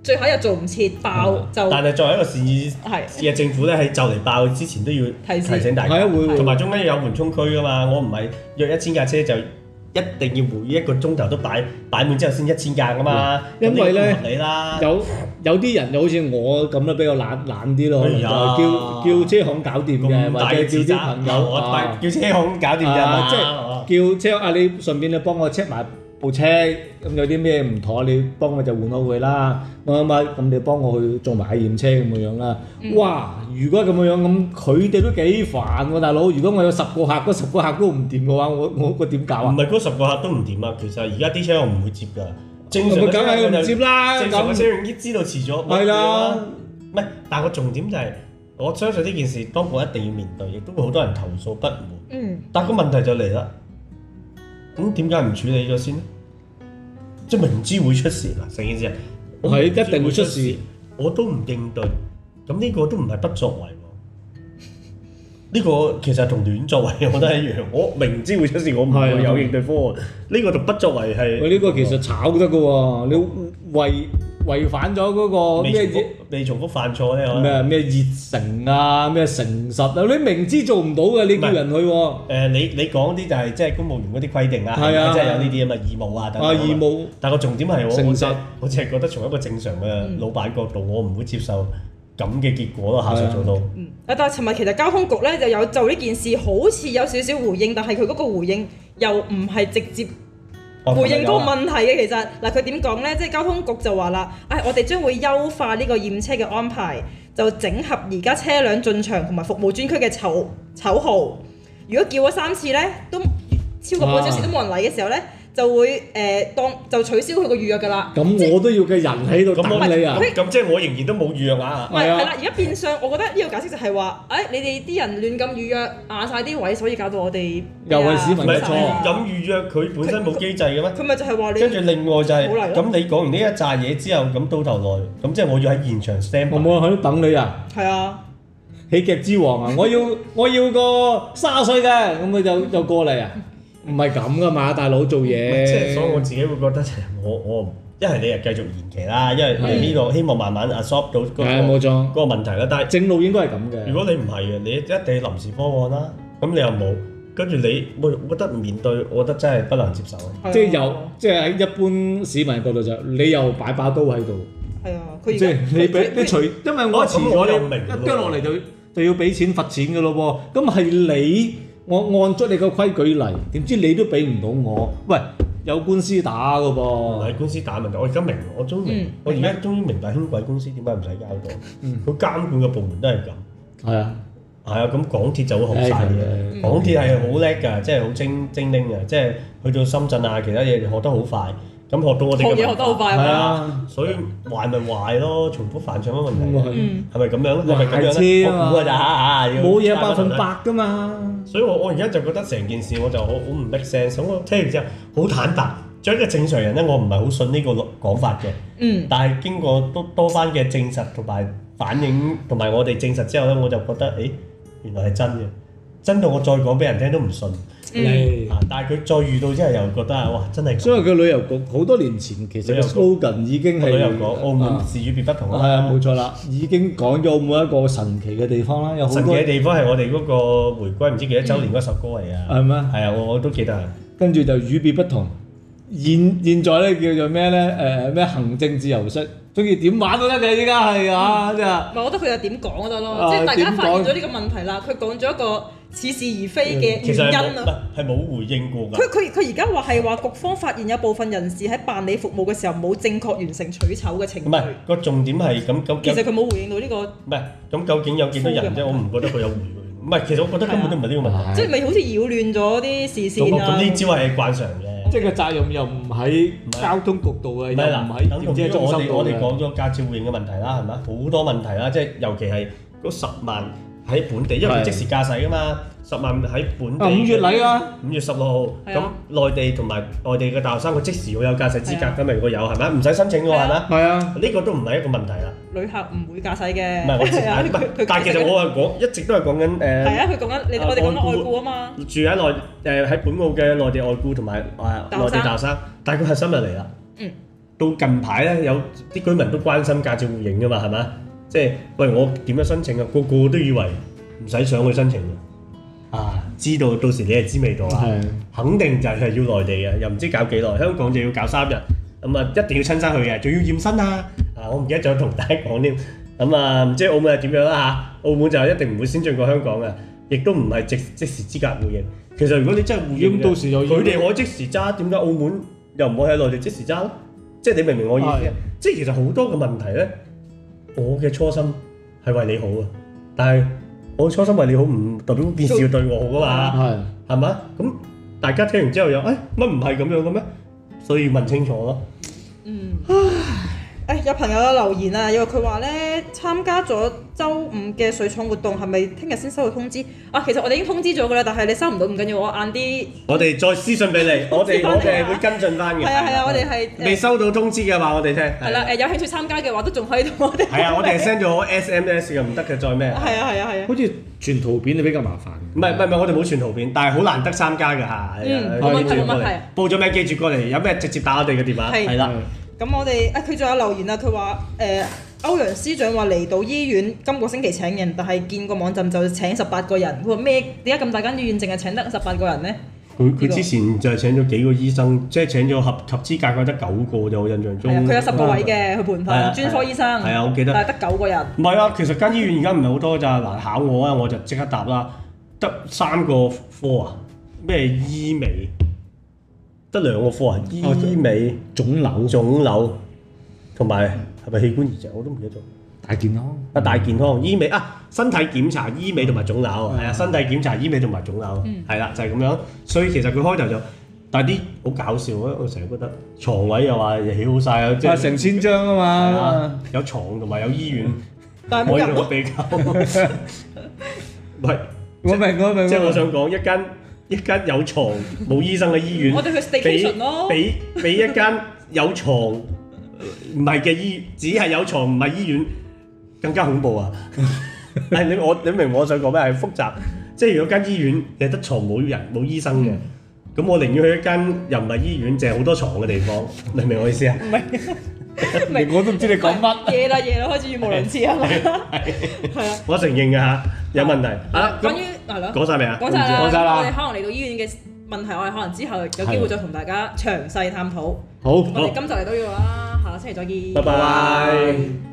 最後一日做唔切爆就
但
係
係作為一個善意嘅政府咧，喺就嚟爆之前都要
提示
提醒大
係啊
家，
會會
同埋中間有緩衝區㗎嘛。我唔係約一千架車就一定要每一個鐘頭都擺擺滿之後先一千架㗎嘛。
因為
咁呢個
呢
唔合理啦。
有有啲人就好似我咁啦，比較懶懶啲咯，可能
哎呀
就叫叫車行搞掂嘅，
咁
或
大
者
嘅
叫
指責
啲朋友
我
啊
但係叫車行搞掂
啊
啫，
即
即
係
係。
叫車啊，你順便你幫我 check 埋部車，咁有啲咩唔妥，你幫我就換好佢啦。咁咁咁你幫我去做埋驗車咁嘅樣啦。哇！如果咁嘅樣咁，佢哋都幾煩喎，大佬。如果我有十個客，嗰十個客都唔掂嘅話，我我我點搞
唔
啊？
係嗰十個客都唔掂啊！其實而家啲車我唔會接㗎，正
咁
常
咪
嘅
梗係
車
唔接啦，
正常嘅
咁
車啊已經知道遲咗，冇
係啦
嘢。唔係，但係個重點就係，我相信呢件事當局一定要面對，亦都會好多人投訴不滿。
嗯
但係個問題就嚟啦，咁點解唔處理咗先呢？即係明知會出事啦，成件事我
係
明知
一定會出事，
我都唔應對，咁呢個都唔係不作為喎。呢個其實同亂作為我覺得一樣，我明知會出事，我唔
係啊
會有應對方案。呢個同不作為係
喂，呢個其實炒得嘅喎，你違違反咗嗰個
未
咩
重複？
嘢
未重複犯錯咧，我覺得
咩啊咩熱誠啊，咩誠實啊，你明知做唔到嘅，你叫人去喎，啊
誒、你你講啲就係即係公務員嗰啲規定啦，
係啊
即係有呢啲啊嘛義務啊等等
義。務
但個重點係我我
誠
只
實
我只係覺得從一個正常嘅老闆角度，我唔會接受咁嘅結果咯，下
係
屬
啊
做到。
嗯，啊但係尋日其實交通局咧就有就呢件事好似有少少回應，但係佢嗰個回應又唔係直接。
我
回應嗰個
朋友啊
問題嘅其實嗱，佢點講呢？即係交通局就話啦，唉、我哋將會優化呢個驗車嘅安排，就整合而家車輛進場同埋服務專區嘅籌籌號。如果叫咗三次呢，都超過半小時都冇人嚟嘅時候呢，就會誒、呃、當就取消佢個預約㗎啦。
咁我都要嘅人喺度
咁我
等你啊！
咁咁即係我仍然都冇預約額啊
唔係
係啊
係啦，而家變相我覺得呢個解釋就係話，誒、你哋啲人亂咁預約，壓晒啲位，所以搞到我哋啊
又係市民
唔
嘅
係
錯
亂咁預約，佢本身冇機制嘅咩？
佢咪就係話你
跟住另外就係、
冇嚟咯
咁，你講完呢一紮嘢之後，咁到頭來，咁即係我要喺現場 stand by。
我冇喺度等你啊！
係啊。
喜劇之王 啊！我要我要個卅歲嘅，咁佢就就過嚟啊！唔係咁噶嘛，大佬做嘢。啊
即係所以我自己會覺得就係我我唔一係你又繼續延期啦，因為你呢個希望慢慢 absorb 到嗰個
係冇錯
嗰個問題啦。但係
正路應該係咁嘅。
如果你唔係嘅，你一定要臨時方案啦，咁你又冇，跟住你我我覺得面對，我覺得真係不能接受。
係啊
即係又即係喺一般市民角度就你又擺把刀喺度，
係啊，佢而
即係
家
你
佢
俾你除，因為我
哦
遲
咁
咗
我又
你
明
一
喎
啄落嚟就就要俾錢罰錢嘅咯喎。咁係你我按足你個規矩嚟，點知你都俾唔到我？喂，有官司打嘅
唔
噃
係。公司打問題，我而家明，我終於明
嗯，
我而家終於明白輕軌公司點解唔使交代，
嗯
佢監管嘅部門都係咁。
係啊，
係啊，咁港鐵就會好晒
嗯
嘅。港鐵係好叻㗎，即係好精精靈嘅，即係去到深圳啊，其他嘢學得好快。咁學到我哋
學
嘅
嘢學得好快啊
係
嘛。
啊，
所以壞咪壞咯，重複犯錯乜問
咁咪
題？
係
嗯。
係咪咁樣？係咪咁樣
壞
咧？
車啊
我估㗎咋嚇嚇
冇嘢百分。百噶嘛。
所以我我而家就覺得成件事我就好好唔 make sense。咁我聽完之後好坦白，作為一個正常人咧，我唔係好信呢個講法嘅。
嗯，
但係經過多多番嘅證實同埋反映，同埋我哋證實之後咧，我就覺得誒、咦原來係真嘅。真到我再講俾人聽都唔信。
係
啊！但係佢再遇到之後又覺得啊，哇！真係
所以佢旅遊局好多年前其實
旅
個
遊局
slogan 已經係
旅遊講澳門
啊
事與別不同
係
啦。
啊，冇錯啦，已經講咗澳門一個神奇嘅地方啦，有好
神奇
多
嘅地方係我哋嗰個回歸唔知幾多週年嗰首歌嚟啊。
係咩
係啊，我我都記得啊。
跟住就與別不同。現現在咧叫做咩咧？誒、咩行政自由室，中意點玩都得嘅，依家係啊，真係。
唔係，我覺得佢有點講都得
啊
咯，即係大家
點
發現
講
咗呢個問題啦，佢講咗一個似是而非嘅
嗯其實係冇
原因啊。
唔係係冇回應過
佢
㗎。
佢佢而家話係話局方發現有部分人士喺辦理服務嘅時候冇正確完成取籌嘅程
唔係
序，
個重點係咁咁。
其實佢冇回應到呢個，
唔係，咁究竟有幾多人
呼
啫？
嘅問題
我唔覺得佢有回應。唔係，其實我覺得根本都唔係呢個問題。
即係咪好似擾亂咗啲視
咁
線啊？
咁呢招係慣常嘅。
即係個責任又唔喺交通局度啊，
唔
又唔
係嗱，
喺
等同
調
於
車中
我
心
哋我
度啊
哋
嘅。
講咗駕照應嘅問題啦，係咪？好多問題啦，即係尤其係嗰十萬喺本地，因為佢
係
即時駕駛㗎嘛，十萬喺本地。
啊，五月禮啊，
五月十六號，
係
咁
啊
內地同埋外地嘅大學生，佢即時要有駕駛資格㗎嘛？如果有係咪？唔使申請嘅喎係咪？
係啊，
呢個都唔係一個問題啦。
旅客唔會駕駛嘅，
唔係我知，
係啊
唔
佢佢
係，但係其實我係講一直都係講緊誒
係。啊，佢講緊你
啊
我哋講
外
緊外
顧
顧啊嘛，
住喺內誒喺本澳嘅內地外僱同埋誒內地大學生，但係佢核心就嚟啦。
嗯。
到近排咧，有啲居民都關心駕照互認噶嘛，係咪？即係喂，我點樣申請啊？個個都以為唔使上去申請嘅。啊，知道到時你係知味道啊啦。
係
肯定就係要內地嘅，又唔知搞幾耐，香港就要搞三日，咁啊一定要親身去嘅，仲要驗身啊！啊，我唔記得咗同大家講添，咁啊唔知澳門係點樣啦嚇，澳門就一定唔會先進過香港嘅，亦都唔係即即時資格互認。其實如果你真係互認
咁到時又要
佢哋可以即時揸，點解澳門又唔可以喺內地即時揸咧？即係你明唔明我意思啊
係？
即係其實好多嘅問題咧，我嘅初心係為你好啊，但係我初心為你好唔代表件事要對我好噶嘛。
係。
係嘛？咁大家聽完之後又，誒哎乜唔係咁樣嘅咩？所以問清楚咯。
嗯。誒有朋友有留言啊，因為佢話咧參加咗周五嘅水廠活動，係咪聽日先收到通知？啊，其實我哋已經通知咗㗎啦，但係你收唔到唔緊要，我晏啲
我哋再私信俾你， 我哋
知道
我哋
啦
會跟進翻嘅。
啊係啊係啊，我哋係
未
誒
收到通知嘅話，我哋聽。
係啦誒，有興趣參加嘅話都仲可以同我哋
啊係啊，我哋 send 咗 SMS 嘅，唔得嘅再咩？
係啊係啊係啊
好。似傳圖片就比較麻煩。
唔係唔係唔係，我哋冇傳圖片，但係好難得參加㗎嚇。
嗯
係啊
冇問題
記住過嚟
冇問題
報咗名記住過嚟，有咩直接打我哋嘅電話。
係
係啦，
咁我哋啊，佢仲有留言啊，佢話誒歐陽司長話嚟到醫院今個星期請人，但係見個網站就請十八個人。佢話咩？點解咁大間醫院淨係請得十八個人呢？
佢佢
呢個
之前就係請咗幾個醫生，即係請咗合合資格嘅得九個啫，我印象
係
中。
啊，佢有十個位嘅，佢培訓
係啊
專科醫生，
係啊我記得
但係得九個人。
唔係啊，其實間醫院而家唔係好多咋，嗱考我啊，我就即刻答啦，得三個科啊，咩醫美，得兩個科啊，
哦
醫美、
腫瘤
腫瘤同埋係咪器官移植，我都唔記得咗。
大健康。
啊，大健康、醫美啊，身體檢查、醫
嗯
美同埋腫瘤，係啊，身體檢查、醫美同埋腫瘤，係啦，就係咁樣。所以其實佢開頭就，但係啲好搞笑啊，我成日覺得床位又話起好晒啊，即
啊，
係
成千張啊嗯
係
嘛
啊。有床同埋有醫院。
但係冇
我
人
同我
咯，
比較，唔係，
我明我明。
即係我想講一間一間有床冇醫生嘅醫院，
我哋去 staycation 咯
俾俾俾一間有床唔係嘅醫，只係有床唔係醫院，更加恐怖啊！係你我你明我想講咩？係複雜，即係如果間醫院係得床冇人冇醫生嘅。咁我寧願去一間又唔係醫院，淨係好多床嘅地方，明唔明我意思啊？
明我都唔知你講乜。
嘢啦嘢啦，開始語無倫次啊嘛。 係啊，
我承認嘅嚇，有問題。
Ờ.
啊，
關於係咯，
講晒未啊？
講晒啦，
講晒啦
我哋可能嚟到醫院嘅問題，我哋可能之後有機會再同大家詳細探討。
好。
我哋今集嚟到呢度啦，下個星期再見。
拜拜。